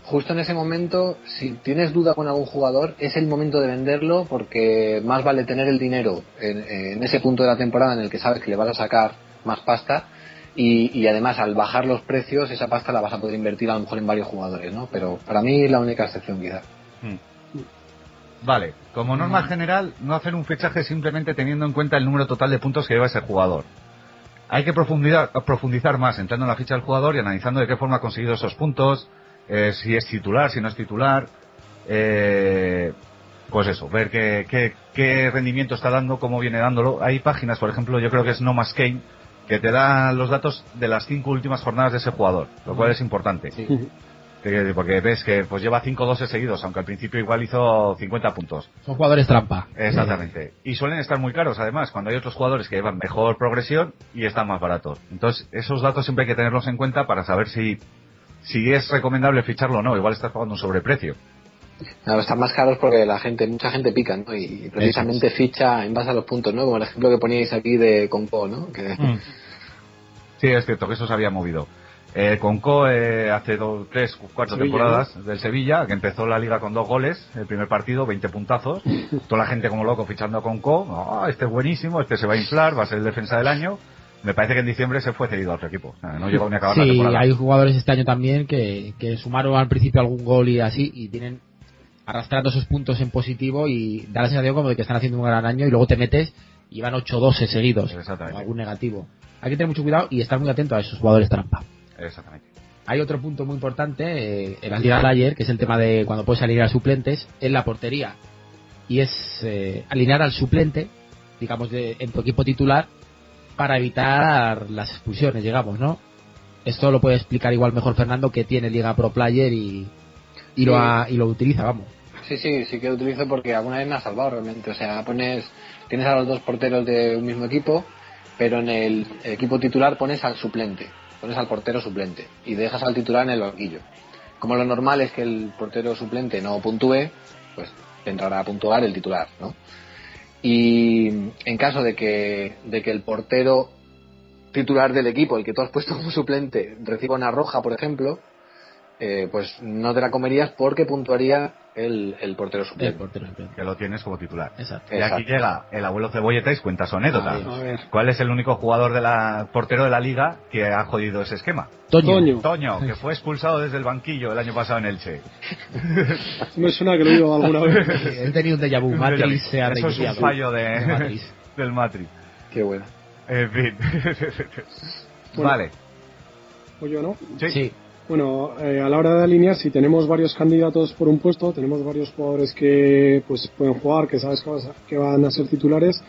justo en ese momento, si tienes duda con algún jugador, es el momento de venderlo porque más vale tener el dinero en, en ese punto de la temporada en el que sabes que le vas a sacar más pasta y, y además al bajar los precios esa pasta la vas a poder invertir a lo mejor en varios jugadores, ¿no? Pero para mí la única excepción quizás. Hmm. Vale, como norma general, no hacer un fichaje simplemente teniendo en cuenta el número total de puntos que lleva ese jugador. Hay que profundizar, profundizar más entrando en la ficha del jugador y analizando de qué forma ha conseguido esos puntos, eh, si es titular, si no es titular, eh, pues eso, ver qué, qué, qué rendimiento está dando, cómo viene dándolo. Hay páginas, por ejemplo, yo creo que es No Más Game, que te da los datos de las cinco últimas jornadas de ese jugador, lo cual es importante. Sí. Eh, Porque ves que pues lleva cinco 12 seguidos, aunque al principio igual hizo 50 puntos. Son jugadores trampa. Exactamente. Y suelen estar muy caros, además, cuando hay otros jugadores que llevan mejor progresión y están más baratos. Entonces, esos datos siempre hay que tenerlos en cuenta para saber si, si es recomendable ficharlo o no. Igual estás pagando un sobreprecio. Claro, están más caros porque la gente, mucha gente pica, ¿no? Y precisamente ficha en base a los puntos, ¿no? Como el ejemplo que poníais aquí de Conco, ¿no? Que- Mm. Sí, es cierto que eso se había movido. Eh, Conco eh, hace dos, tres, cuatro Sevilla, temporadas del Sevilla, que empezó la liga con dos goles, el primer partido, 20 puntazos, toda la gente como loco fichando a Conco, "Ah, este es buenísimo, este se va a inflar, va a ser el defensa del año. Me parece que en diciembre se fue cedido a otro equipo, O sea, no llegó ni a acabar la Sí, temporada. hay jugadores este año también que, que sumaron al principio algún gol y así, y tienen arrastrando esos puntos en positivo y da la sensación como de que están haciendo un gran año y luego te metes y van 8-12 seguidos. Exactamente. o algún negativo. Hay que tener mucho cuidado y estar muy atento a esos jugadores trampa. Exactamente. Hay otro punto muy importante, eh, el Andy ayer, que es el tema de cuando puedes alinear a suplentes, en la portería. Y es eh, alinear al suplente, digamos, de- en tu equipo titular, para evitar las expulsiones, digamos, ¿no? Esto lo puede explicar igual mejor Fernando, que tiene Liga Pro Player y, y, lo, Sí. ha- y lo utiliza, vamos. Sí, sí, sí que lo utilizo porque alguna vez me ha salvado realmente. O sea, pones, tienes a los dos porteros de un mismo equipo, pero en el equipo titular pones al suplente, pones al portero suplente y dejas al titular en el banquillo. Como lo normal es que el portero suplente no puntúe, pues te entrará a puntuar el titular, ¿no? Y en caso de que, de que el portero titular del equipo, el que tú has puesto como suplente, reciba una roja, por ejemplo, eh, pues no te la comerías porque puntuaría el, el portero El suplente. portero suplente. Que lo tienes como titular. Exacto. Y Exacto. aquí llega el abuelo Cebolleta y cuenta su anécdota. Ahí. A ver, ¿Cuál es el único jugador de la portero de la liga que ha jodido ese esquema? Toño. Toño, Toño, que fue expulsado desde el banquillo el año pasado en Elche. me suena que lo digo alguna vez. He tenido un déjà vu. Un Matrix déjà vu. se ha Eso es un reiniciado. fallo de- Matrix. [laughs] Del Matrix. Qué bueno. En fin. [laughs] Bueno. vale. O Pues yo no. Sí. Sí. Bueno, eh, a la hora de alinear, si tenemos varios candidatos por un puesto, tenemos varios jugadores que pues pueden jugar, que sabes que vas a- que van a ser titulares,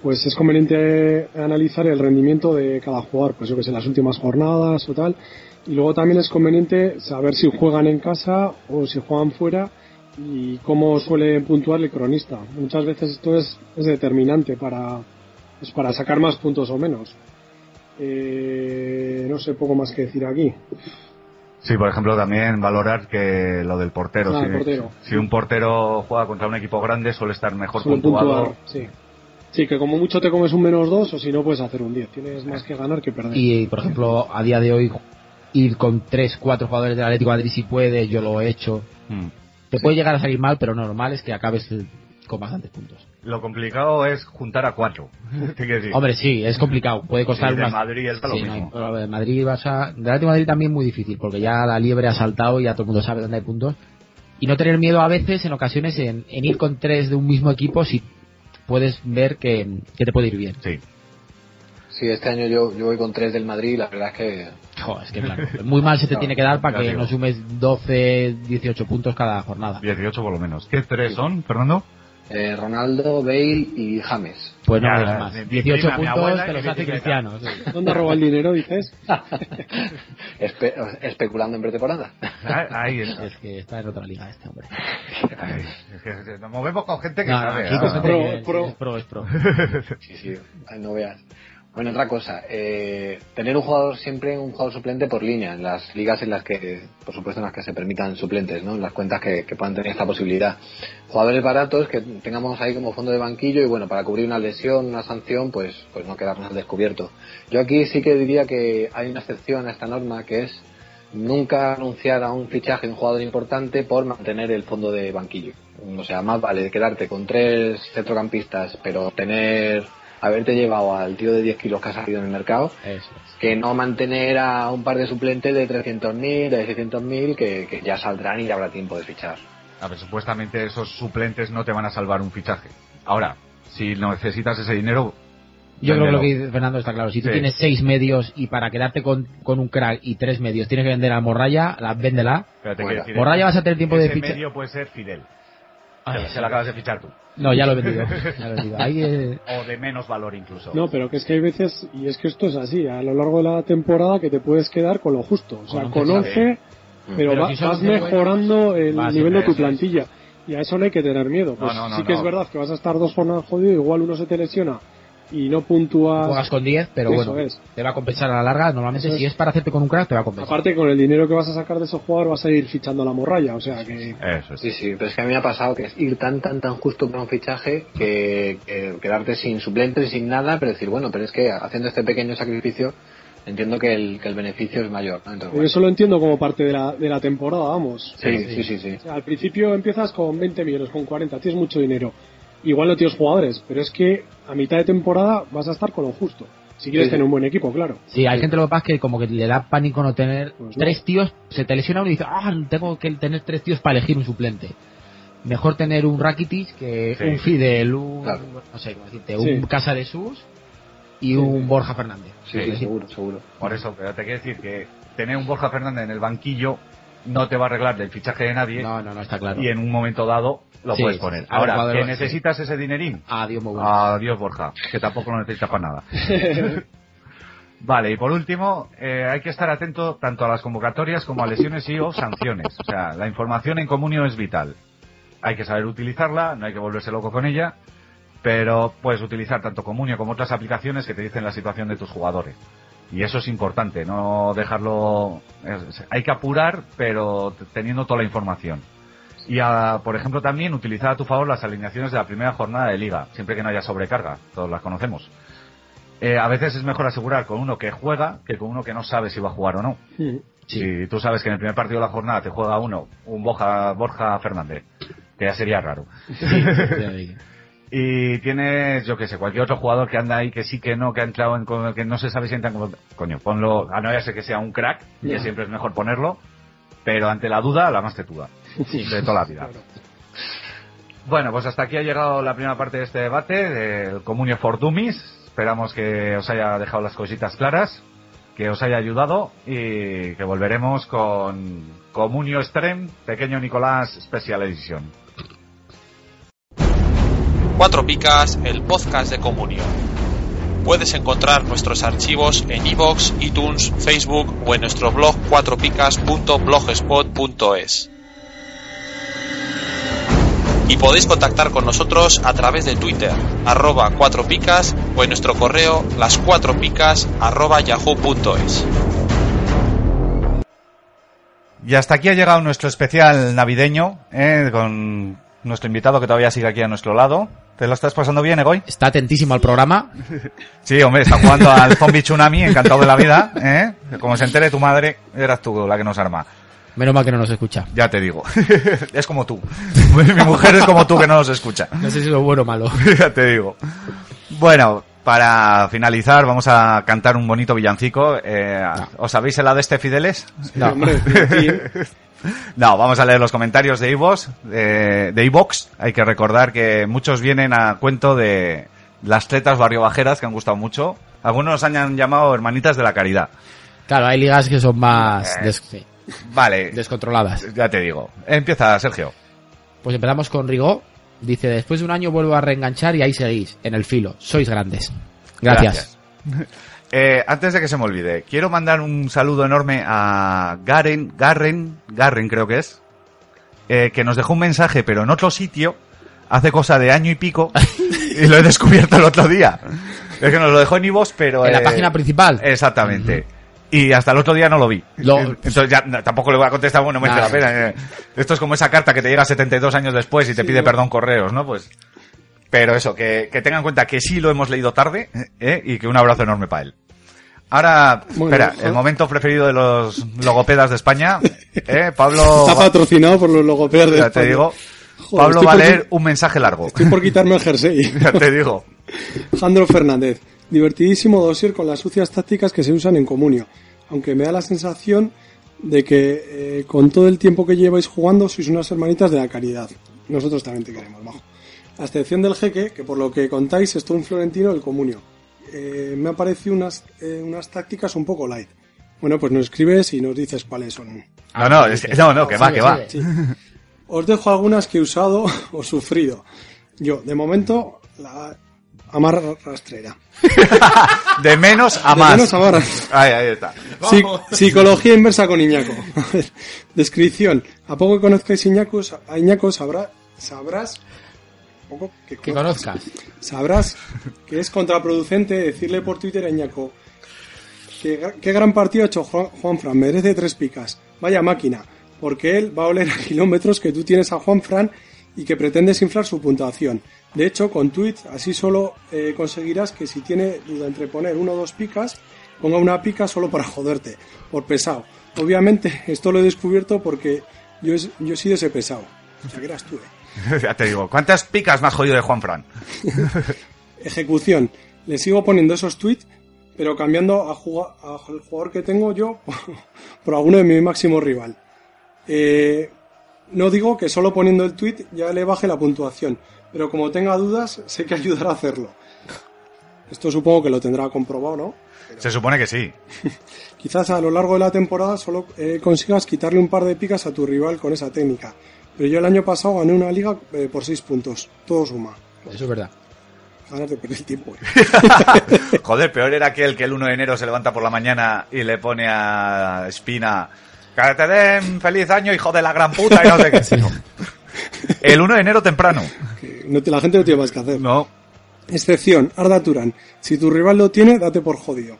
pues es conveniente analizar el rendimiento de cada jugador, pues yo que sé, las últimas jornadas o tal. Y luego también es conveniente saber si juegan en casa o si juegan fuera y cómo suele puntuar el cronista. Muchas veces esto es, es determinante para, pues, para sacar más puntos o menos. Eh, no sé poco más que decir aquí. Sí, por ejemplo, también valorar que lo del portero. Ah, si, el portero. si un portero juega contra un equipo grande, suele estar mejor Suelen puntuado. puntuar, sí. Sí, que como mucho te comes un menos dos o si no puedes hacer un 10. Tienes más que ganar que perder. Y, eh, por ejemplo, a día de hoy, ir con 3, 4 jugadores del Atlético de Madrid si puedes, yo lo he hecho. Mm. Te puede llegar a salir mal, pero normal es que acabes eh, con bastantes puntos. Lo complicado es juntar a cuatro. [laughs] Te quiero decir. Hombre, sí, es complicado. Puede costar Sí, de unas- Madrid está lo Sí, mismo. no, pero de Madrid vas a... De Atlético de Madrid también muy difícil, porque ya la liebre ha saltado y ya todo el mundo sabe dónde hay puntos. Y no tener miedo a veces, en ocasiones, en, en ir con tres de un mismo equipo si puedes ver que, que te puede ir bien. Sí. Sí, este año yo, yo voy con tres del Madrid, la verdad es que Joder, es que claro, muy mal se te No, tiene que dar para ya que digo. no sumes 12, 18 puntos cada jornada. 18 por lo menos. ¿Qué tres son, [laughs] Fernando? eh, Ronaldo, Bale y James. Pues no Ya, hagas mi más. prima, 18 mi puntos abuela te y los mi hace bicicleta. Cristiano. sí. ¿Dónde roba el dinero, dices? Espe- especulando en pretemporada. Ah, Ahí está. Es que está en otra liga este hombre. Ay, es que nos movemos con gente que No, no, sabe. aquí con ah. gente Pro, que es- pro. es pro, es pro. [laughs] Sí, sí, ay, no veas. Bueno, otra cosa, eh, tener un jugador siempre, un jugador suplente por línea, en las ligas en las que, por supuesto, en las que se permitan suplentes, ¿no? En las cuentas que, que puedan tener esta posibilidad. Jugadores baratos que tengamos ahí como fondo de banquillo y bueno, para cubrir una lesión, una sanción, pues, pues no quedarnos al descubierto. Yo aquí sí que diría que hay una excepción a esta norma que es nunca anunciar a un fichaje de un jugador importante por mantener el fondo de banquillo. O sea, más vale quedarte con tres centrocampistas, pero tener, haberte llevado al tío de 10 kilos que ha salido en el mercado, Eso es. que no mantener a un par de suplentes de 300.000, de 600.000, que, que ya saldrán y ya habrá tiempo de fichar. A ver, supuestamente esos suplentes no te van a salvar un fichaje. Ahora, si necesitas ese dinero, Yo creo que lo que véndelo. dice Fernando está claro. Si tú Sí. tienes seis medios y para quedarte con, con un crack y tres medios tienes que vender a Morraya, la, véndela. Pero te Bueno, quiero decir, Morraya vas a tener tiempo de ese fichar. medio puede ser Fidel. Ah, se, se lo acabas de fichar tú. No, ya lo he vendido. ya lo he [laughs] vendido. Ahí, eh, O de menos valor incluso. No, pero que es que hay veces, y es que esto es así, a lo largo de la temporada que te puedes quedar con lo justo. O sea, Con con once, 11, Mm. pero, Pero va- si son vas once buenos, mejorando el vas nivel de eso tu es. plantilla. Y a eso no hay que tener miedo. Pues no, no, sí que no. es verdad que vas a estar dos jornadas jodido, igual uno se te lesiona y no puntúas. juegas con 10, pero Ah. Eso bueno, es. te va a compensar a la larga. Normalmente, Eso si es. es para hacerte con un crack, te va a compensar. Aparte, con el dinero que vas a sacar de ese jugador vas a ir fichando la morralla. O sea que. Eso es. Sí, sí, pero es que a mí me ha pasado que es ir tan, tan, tan justo para un fichaje que, que quedarte sin suplente, sin nada, pero decir, bueno, pero es que haciendo este pequeño sacrificio entiendo que el, que el beneficio es mayor. ¿no? Entonces, Yo eso lo entiendo como parte de la, de la temporada, vamos. bueno, sí, sí, sí, sí. O sea, al principio empiezas con 20 millones, con 40, tienes mucho dinero. Igual no tienes jugadores, pero es que a mitad de temporada vas a estar con lo justo. Si quieres Sí. tener un buen equipo, claro. Sí, hay gente lo que pasa es que como que le da pánico no tener Pues no. tres tíos, se te lesiona uno y dice, ah, tengo que tener tres tíos para elegir un suplente. Mejor tener un Rakitic que Sí. un Fidel, un, Claro. no sé cómo decirte, Sí. un Casa de Sus y un Borja Fernández. Sí, sí, seguro, seguro. Por eso, pero te quiero decir que tener un Borja Fernández en el banquillo no te va a arreglar del fichaje de nadie No, no, no, está claro. y en un momento dado lo Sí, puedes sí, poner. sí. Ahora, Ahora, que cuadro- sí. necesitas ese dinerín. Adiós, muy bueno. Adiós, Borja, que tampoco lo necesitas para [laughs] nada. Vale, y por último, eh, hay que estar atento tanto a las convocatorias como a lesiones y o sanciones. O sea, la información en comunio es vital. Hay que saber utilizarla, no hay que volverse loco con ella, pero puedes utilizar tanto comunio como otras aplicaciones que te dicen la situación de tus jugadores. Y eso es importante, no dejarlo... es- hay que apurar, pero t- teniendo toda la información. Y, a, por ejemplo, también utilizar a tu favor las alineaciones de la primera jornada de liga, siempre que no haya sobrecarga, todos las conocemos. Eh, a veces es mejor asegurar con uno que juega que con uno que no sabe si va a jugar o no. Si tú sabes que en el primer partido de la jornada te juega uno, un Borja, Borja Fernández, que ya sería raro. Y tienes, yo que sé, cualquier otro jugador que anda ahí que sí que no, que ha entrado en, con- que no se sabe si entra como, coño, ponlo, a no ya sé que sea un crack, que Ya. siempre es mejor ponerlo, pero ante la duda, la más tetuda. De toda la vida. Claro. Bueno, pues hasta aquí ha llegado la primera parte de este debate del Comunio for Dummies. Esperamos que os haya dejado las cositas claras, que os haya ayudado y que volveremos con Comunio Extreme, Pequeño Nicolás Special Edition. Cuatro Picas, el podcast de Comunio. Puedes encontrar nuestros archivos en iVoox, iTunes, Facebook o en nuestro blog cuatropicas.blogspot.es. Y podéis contactar con nosotros a través de Twitter, arroba cuatro picas o en nuestro correo las cuatro picas arroba yahoo.es. Y hasta aquí ha llegado nuestro especial navideño, eh, con nuestro invitado que todavía sigue aquí a nuestro lado. ¿Te lo estás pasando bien, Egoy? [laughs] Está atentísimo al programa. Sí, hombre, está jugando al zombie tsunami, encantado de la vida. ¿eh? Como se entere tu madre, eras tú la que nos arma. Menos mal que no nos escucha. Ya te digo. [laughs] es como tú. [laughs] Mi mujer es como tú que no nos escucha. [laughs] No sé si es bueno o malo. ya te digo. Bueno, para finalizar, vamos a cantar un bonito villancico. Eh, ¿Os sabéis el de este Fideles? [laughs] Sí, hombre, Tintín. No, vamos a leer los comentarios de Ivox. eh, de Ivox. Hay que recordar que muchos vienen a cuento de las tretas barriobajeras que han gustado mucho. Algunos nos han llamado hermanitas de la caridad. Claro, hay ligas que son más des- sí, Vale, descontroladas. ya te digo. Empieza, Sergio. Pues empezamos con Rigó. Dice, después de un año vuelvo a reenganchar y ahí seguís, en el filo. Sois grandes. Gracias. [laughs] Eh, antes de que se me olvide, quiero mandar un saludo enorme a Garen, Garren, Garren creo que es, eh, que nos dejó un mensaje, pero en otro sitio, hace cosa de año y [laughs] pico, y lo he descubierto el otro día. Es que nos lo dejó en Ivos, pero... En la eh, página principal. Exactamente. Y hasta el otro día no lo vi. Lo- Entonces ya no, tampoco le voy a contestar, bueno, merece Nada. la pena. eh. Esto es como esa carta que te llega 72 años después y te pide perdón correos, ¿no? Pues... Pero eso, que, que tengan en cuenta que sí lo hemos leído tarde ¿eh? y que un abrazo enorme para él. Ahora, Bueno, espera, joder. el momento preferido de los logopedas de España, ¿eh? [laughs] Pablo, Está patrocinado por los logopedas de ya te España. digo, Joder, Pablo estoy va a por- leer un mensaje largo, [laughs] Estoy por quitarme el jersey. ya te digo. Jandro Fernández. Divertidísimo dosier con las sucias tácticas que se usan en Comunio. Aunque me da la sensación de que eh, con todo el tiempo que lleváis jugando sois unas hermanitas de la caridad. Nosotros también te queremos, Majo. A excepción del jeque, que por lo que contáis es todo un florentino del Comunio. Eh, me han parecido unas, eh, unas tácticas un poco light. Bueno, pues nos escribes y nos dices cuáles son. No, no, es que- no, no, que va, que va. Sí. Os dejo algunas que he usado [laughs] o sufrido. Yo, de momento, la amarra rastrera. De menos a De más. menos a más. Ahí, ahí está. Sí, psicología inversa con Iñaco. [laughs] A ver, Descripción. A poco que conozcáis Iñaco, sa- a Iñaco sabrá- sabrás, a poco que Que conozcas- conozcas. sabrás que es contraproducente decirle por Twitter a Iñaco que gra- qué gran partido ha hecho Juan, Juanfran, merece tres picas. Vaya máquina, porque él va a oler a kilómetros que tú tienes a Juanfran y que pretendes inflar su puntuación. De hecho, con tweets así solo eh, conseguirás que si tiene duda entre poner uno o dos picas, ponga una pica solo para joderte, por pesado. Obviamente, esto lo he descubierto porque yo, es- yo he sido ese pesado. Ya que eras tú, eh. [laughs] Ya te digo, ¿cuántas picas más jodido de Juan Fran? ejecución. Le sigo poniendo esos tweets, pero cambiando a juga- a ju- el jugador que tengo yo [laughs] por, por alguno de mi máximo rival. Eh, no digo que solo poniendo el tweet ya le baje la puntuación, pero como tenga dudas, sé que [laughs] ayudará a hacerlo. Esto supongo que lo tendrá comprobado, ¿no? Se supone que sí. Quizás a lo largo de la temporada solo eh, consigas quitarle un par de picas a tu rival con esa técnica. Pero yo el año pasado gané una liga eh, por 6 puntos. Todo suma. Eso [laughs] es verdad. Ganas de perder tiempo. eh. Joder, peor era aquel que el 1 de enero se levanta por la mañana y le pone a Espina que te den feliz año, hijo de la gran puta, y no sé qué. El 1 de enero temprano. Que no te- la gente no tiene más que hacer. No. Excepción, Arda Turán. Si tu rival lo tiene, date por jodido.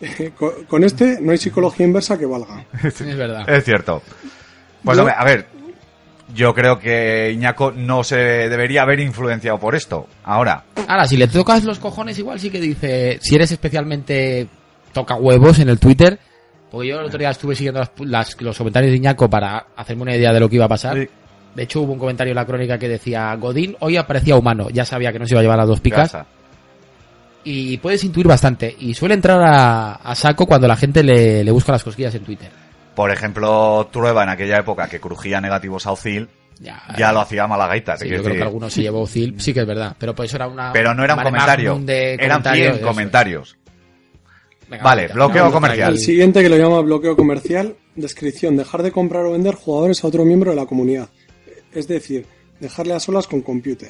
[laughs] Con, con este no hay psicología inversa que valga. Es verdad. Es cierto. Pues Yo- hombre, a ver, yo creo que Iñaco no se debería haber influenciado por esto. Ahora, Ahora, si le tocas los cojones, igual sí que dice. Si eres especialmente toca huevos en el Twitter. Porque yo el otro día estuve siguiendo las, las- los comentarios de Iñaco para hacerme una idea de lo que iba a pasar. Sí. De hecho, hubo un comentario en la crónica que decía: Godín hoy aparecía humano. Ya sabía que no se iba a llevar las dos picas. casa. Y puedes intuir bastante. Y suele entrar a, a saco cuando la gente le, le busca las cosquillas en Twitter. por ejemplo, Trueba en aquella época que crujía negativos a Ocil, Ya, ya lo hacía Malagaita. te Ah. Sí, yo quiero creo que decir. alguno se llevó Zil, sí que es verdad, pero pues eso era una... Pero no era un mare comentario. magnum de Eran 100 eso. comentarios. Venga, Vale, venga, bloqueo venga, comercial. El tranquilo. siguiente que lo llama bloqueo comercial, descripción, dejar de comprar o vender jugadores a otro miembro de la comunidad. Es decir, dejarle a solas con computer.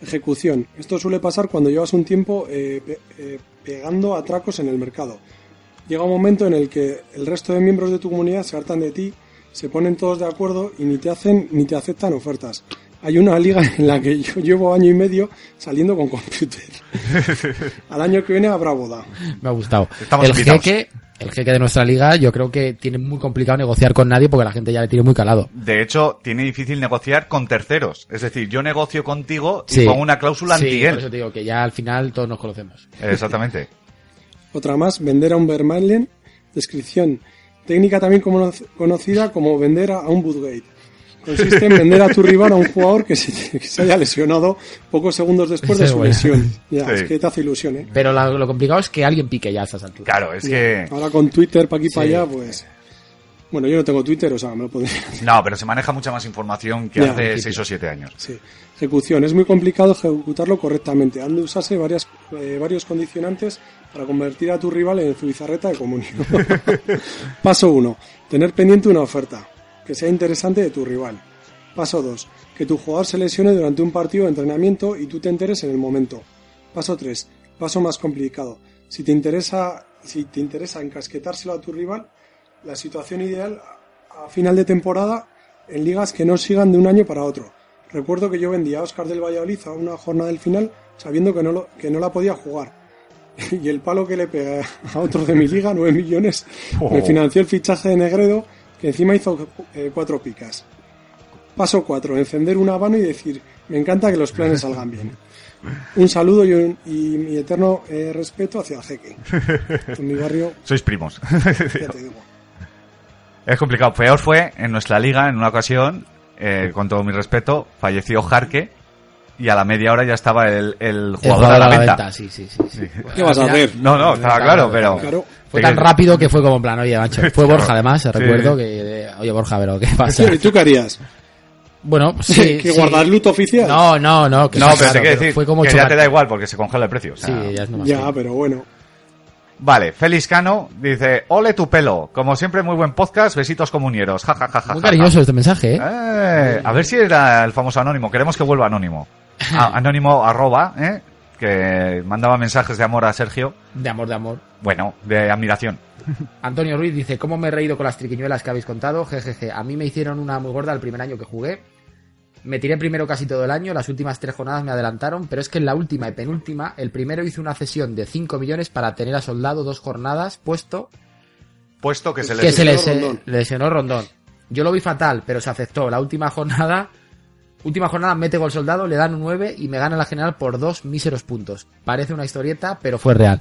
Ejecución, esto suele pasar cuando llevas un tiempo eh, pe- eh, pegando atracos en el mercado. Llega un momento en el que el resto de miembros de tu comunidad se hartan de ti, se ponen todos de acuerdo y ni te hacen ni te aceptan ofertas. Hay una liga [laughs] en la que yo llevo año y medio saliendo con computer. Al año que viene habrá boda. Me ha gustado. Estamos el invitados. jeque el jeque de nuestra liga, yo creo que tiene muy complicado negociar con nadie porque la gente ya le tiene muy calado. De hecho, tiene difícil negociar con terceros. Es decir, yo negocio contigo y Sí. pongo una cláusula Sí, anti por eso él. te digo que ya al final todos nos conocemos. Exactamente. Otra más, vender a un Vermaelen. Descripción. Técnica también como- conocida como vender a un Budgate. Consiste en vender a tu rival a un jugador que se, [laughs] que se haya lesionado pocos segundos después Esa de es su buena. lesión. Ya, Sí. es que te hace ilusión, ¿eh? Pero la- lo complicado es que alguien pique ya a estas alturas. Claro, es que. Ahora con Twitter para aquí para Sí. allá, pues... Bueno, yo no tengo Twitter, o sea, me lo podría... No, pero se maneja mucha más información que Ya, al hace principio. 6 o 7 años. Sí. Ejecución. Es muy complicado ejecutarlo correctamente. Han de usarse varias, eh, varios condicionantes para convertir a tu rival en su bizarreta de comunión. [laughs] Paso 1. Tener pendiente una oferta que sea interesante de tu rival. Paso 2. Que tu jugador se lesione durante un partido de entrenamiento y tú te enteres en el momento. Paso 3. Paso más complicado. Si te interesa, si te interesa encasquetárselo a tu rival, la situación ideal a final de temporada en ligas que no sigan de un año para otro. Recuerdo que yo vendía a Oscar del Valladolid a una jornada del final sabiendo que no, lo- que no la podía jugar. [laughs] Y el palo que le pega a otro de mi liga, 9 millones, me financió el fichaje de Negredo, que encima hizo eh, cuatro picas. Paso 4. Encender un habano y decir, me encanta que los planes salgan bien. Un saludo y, un- y mi eterno eh, respeto hacia Jeque. En mi barrio, Sois primos. [laughs] ya te digo. Es complicado. Peor fue en nuestra liga, en una ocasión, eh, con todo mi respeto, falleció Jarque y a la media hora ya estaba el, el El jugador a la venta. sí, sí, sí. sí. ¿Qué vas a Al final hacer? No, no, estaba claro, pero. Claro. Fue tan rápido que fue como en plan, oye, macho. [laughs] Fue Borja, además, Sí. recuerdo que, eh, oye, Borja, pero ¿qué pasa? ¿Y tú qué harías? [laughs] Bueno, sí. ¿Que sí. guardar luto oficial? No, no, no. Que No, sí, pero te claro, quiero decir Fue como que ya te da chocar- igual porque se congela el precio. o sea. Sí, ya es nomás. Ya, sí. pero bueno. Vale, Félix Cano dice: Ole tu pelo. Como siempre, muy buen podcast. Besitos comunieros. Ja, ja, ja, ja, Muy ja, ja. cariñoso este mensaje, ¿eh? Eh, a ver si era el famoso anónimo. Queremos que vuelva anónimo. [laughs] A- anónimo arroba, ¿eh? que mandaba mensajes de amor a Sergio. De amor, de amor. Bueno, de admiración. Antonio Ruiz dice, ¿cómo me he reído con las triquiñuelas que habéis contado? Jejeje, a mí me hicieron una muy gorda el primer año que jugué. Me tiré primero casi todo el año, las últimas tres jornadas me adelantaron, pero es que en la última y penúltima, el primero hizo una cesión de 5 millones para tener a soldado dos jornadas puesto Puesto que se que les... se les eh, lesionó Rondón. lesionó Rondón. Yo lo vi fatal, pero se aceptó. La última jornada, última jornada mete gol soldado, le dan un 9 y me gana la general por dos míseros puntos. Parece una historieta, pero fue real.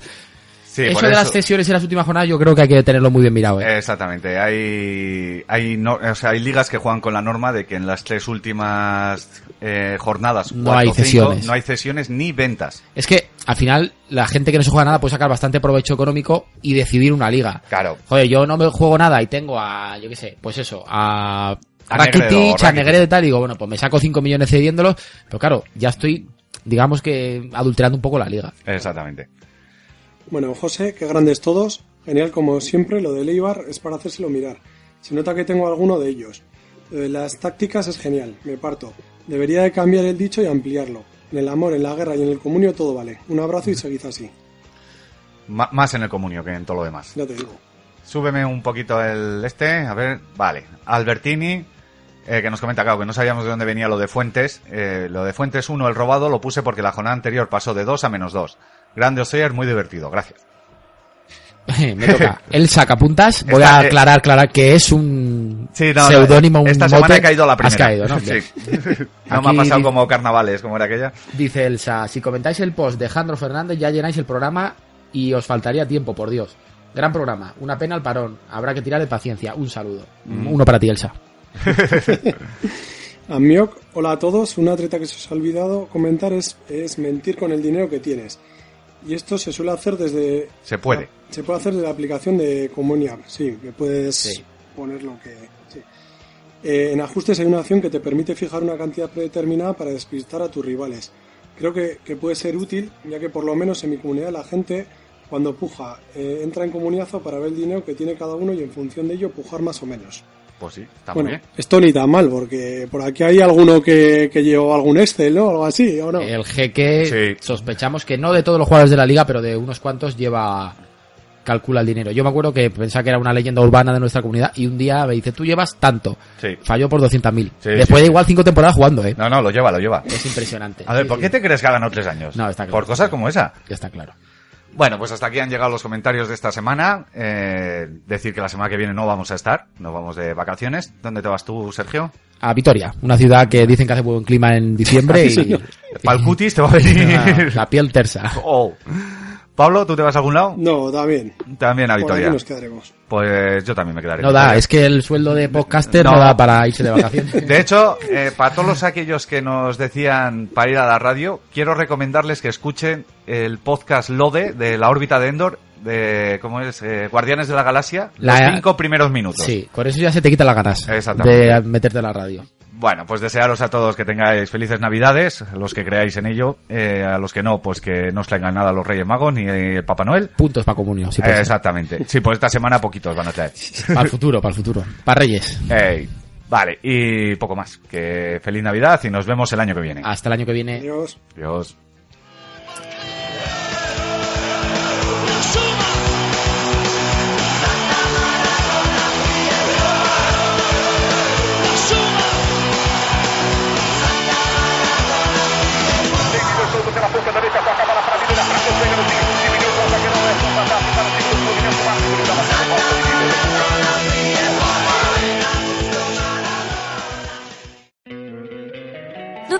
Sí, eso por de las eso- cesiones en las últimas jornadas yo creo que hay que tenerlo muy bien mirado. ¿eh? Exactamente. Hay, hay, no- o sea, hay ligas que juegan con la norma de que en las tres últimas eh, jornadas No cuatro, hay cinco, cesiones. no hay cesiones ni ventas. Es que al final la gente que no se juega nada puede sacar bastante provecho económico y decidir una liga. Claro. Joder, yo no me juego nada y tengo a, yo qué sé, pues eso, a, a A Rakitic, Negredo, a Negredo y tal, y digo, bueno, pues me saco 5 millones cediéndolos, pero claro, ya estoy, digamos que adulterando un poco la liga. Exactamente. Bueno, José, qué grandes todos. Genial, como siempre, lo de Leibar es para hacérselo mirar. Se nota que tengo alguno de ellos. Lo de las tácticas es genial, me parto. Debería de cambiar el dicho y ampliarlo. En el amor, en la guerra y en el comunio todo vale. Un abrazo y seguid así. Ma- más en el comunio que en todo lo demás. Ya te digo. Súbeme un poquito el este, a ver, vale. Albertini, eh, que nos comenta, claro, que no sabíamos de dónde venía lo de Fuentes. Eh, lo de Fuentes 1, el robado, lo puse porque la jornada anterior pasó de 2 a menos 2. Grande Oseer, muy divertido, gracias. [laughs] me toca. El sacapuntas, voy Esta- a aclarar, aclarar que es un eh, Sí, no, no, seudónimo, un Esta semana mote. he caído a la primera. Has caído, [laughs] ¿no? Sí. Bien. No me ha Aquí pasado dice- como carnavales, como era aquella. Dice Elsa, si comentáis el post de Jandro Fernández ya llenáis el programa y os faltaría tiempo, por Dios. Gran programa, una pena al parón, habrá que tirar de paciencia. Un saludo. Mm. Uno para ti, Elsa. Amioc, hola a todos. Una treta que se os ha olvidado comentar es, es mentir con el dinero que tienes. Y esto se suele hacer desde... Se puede. Se puede hacer desde la aplicación de Comunia. Sí, que puedes Sí. poner lo que... sí. Eh, en ajustes hay una opción que te permite fijar una cantidad predeterminada para despistar a tus rivales. Creo que, que puede ser útil, ya que por lo menos en mi comunidad la gente, cuando puja, eh, entra en comuniazo para ver el dinero que tiene cada uno y en función de ello pujar más o menos. Ah. Pues sí, está Bueno, muy bien. esto ni tan mal, porque por aquí hay alguno que, que llevó algún Excel, ¿no? Algo así, ¿o no? Eh, El jeque, Sí. sospechamos que no de todos los jugadores de la liga, pero de unos cuantos lleva calcula el dinero. Yo me acuerdo que pensaba que era una leyenda urbana de nuestra comunidad y un día me dice, tú llevas tanto. Sí. Falló por 200.000. Sí, Después sí, de sí. igual cinco temporadas jugando, ¿eh? No, no, lo lleva, lo lleva. Es impresionante. A ver, Sí, ¿por sí. qué te crees que ha ganado tres años? No, está claro. Por cosas como esa. Ya está claro. Bueno, pues hasta aquí han llegado los comentarios de esta semana. Eh, decir que la semana que viene no vamos a estar, nos vamos de vacaciones. ¿Dónde te vas tú, Sergio? A Vitoria, una ciudad que dicen que hace buen clima [laughs] en diciembre y Palcutis te [laughs] va a venir. la piel tersa. [laughs] Oh. Pablo, ¿tú te vas a algún lado? No, también. También a Por aquí Vitoria. nos quedaremos. Pues yo también me quedaré. en No da, Vitoria. es que el sueldo de podcaster no, No. da para irse [laughs] de vacaciones. De hecho, eh, para todos los aquellos que nos decían para ir a la radio, quiero recomendarles que escuchen el podcast Lode de la órbita de Endor, de ¿cómo es? Eh, Guardianes de la Galaxia, La- los cinco primeros minutos. Sí, con eso ya se te quita las ganas Exactamente. de meterte a la radio. Bueno, pues desearos a todos que tengáis felices Navidades, los que creáis en ello, eh, a los que no, pues que no os traigan nada los Reyes Magos ni el Papá Noel. Puntos para comunión, sí, Eh, pues, exactamente. Sí, pues esta semana poquitos van a traer. para el futuro, para el futuro. Para Reyes. Ey, vale, y poco más. Que feliz Navidad y nos vemos el año que viene. Hasta el año que viene. Adiós. Adiós. ¿No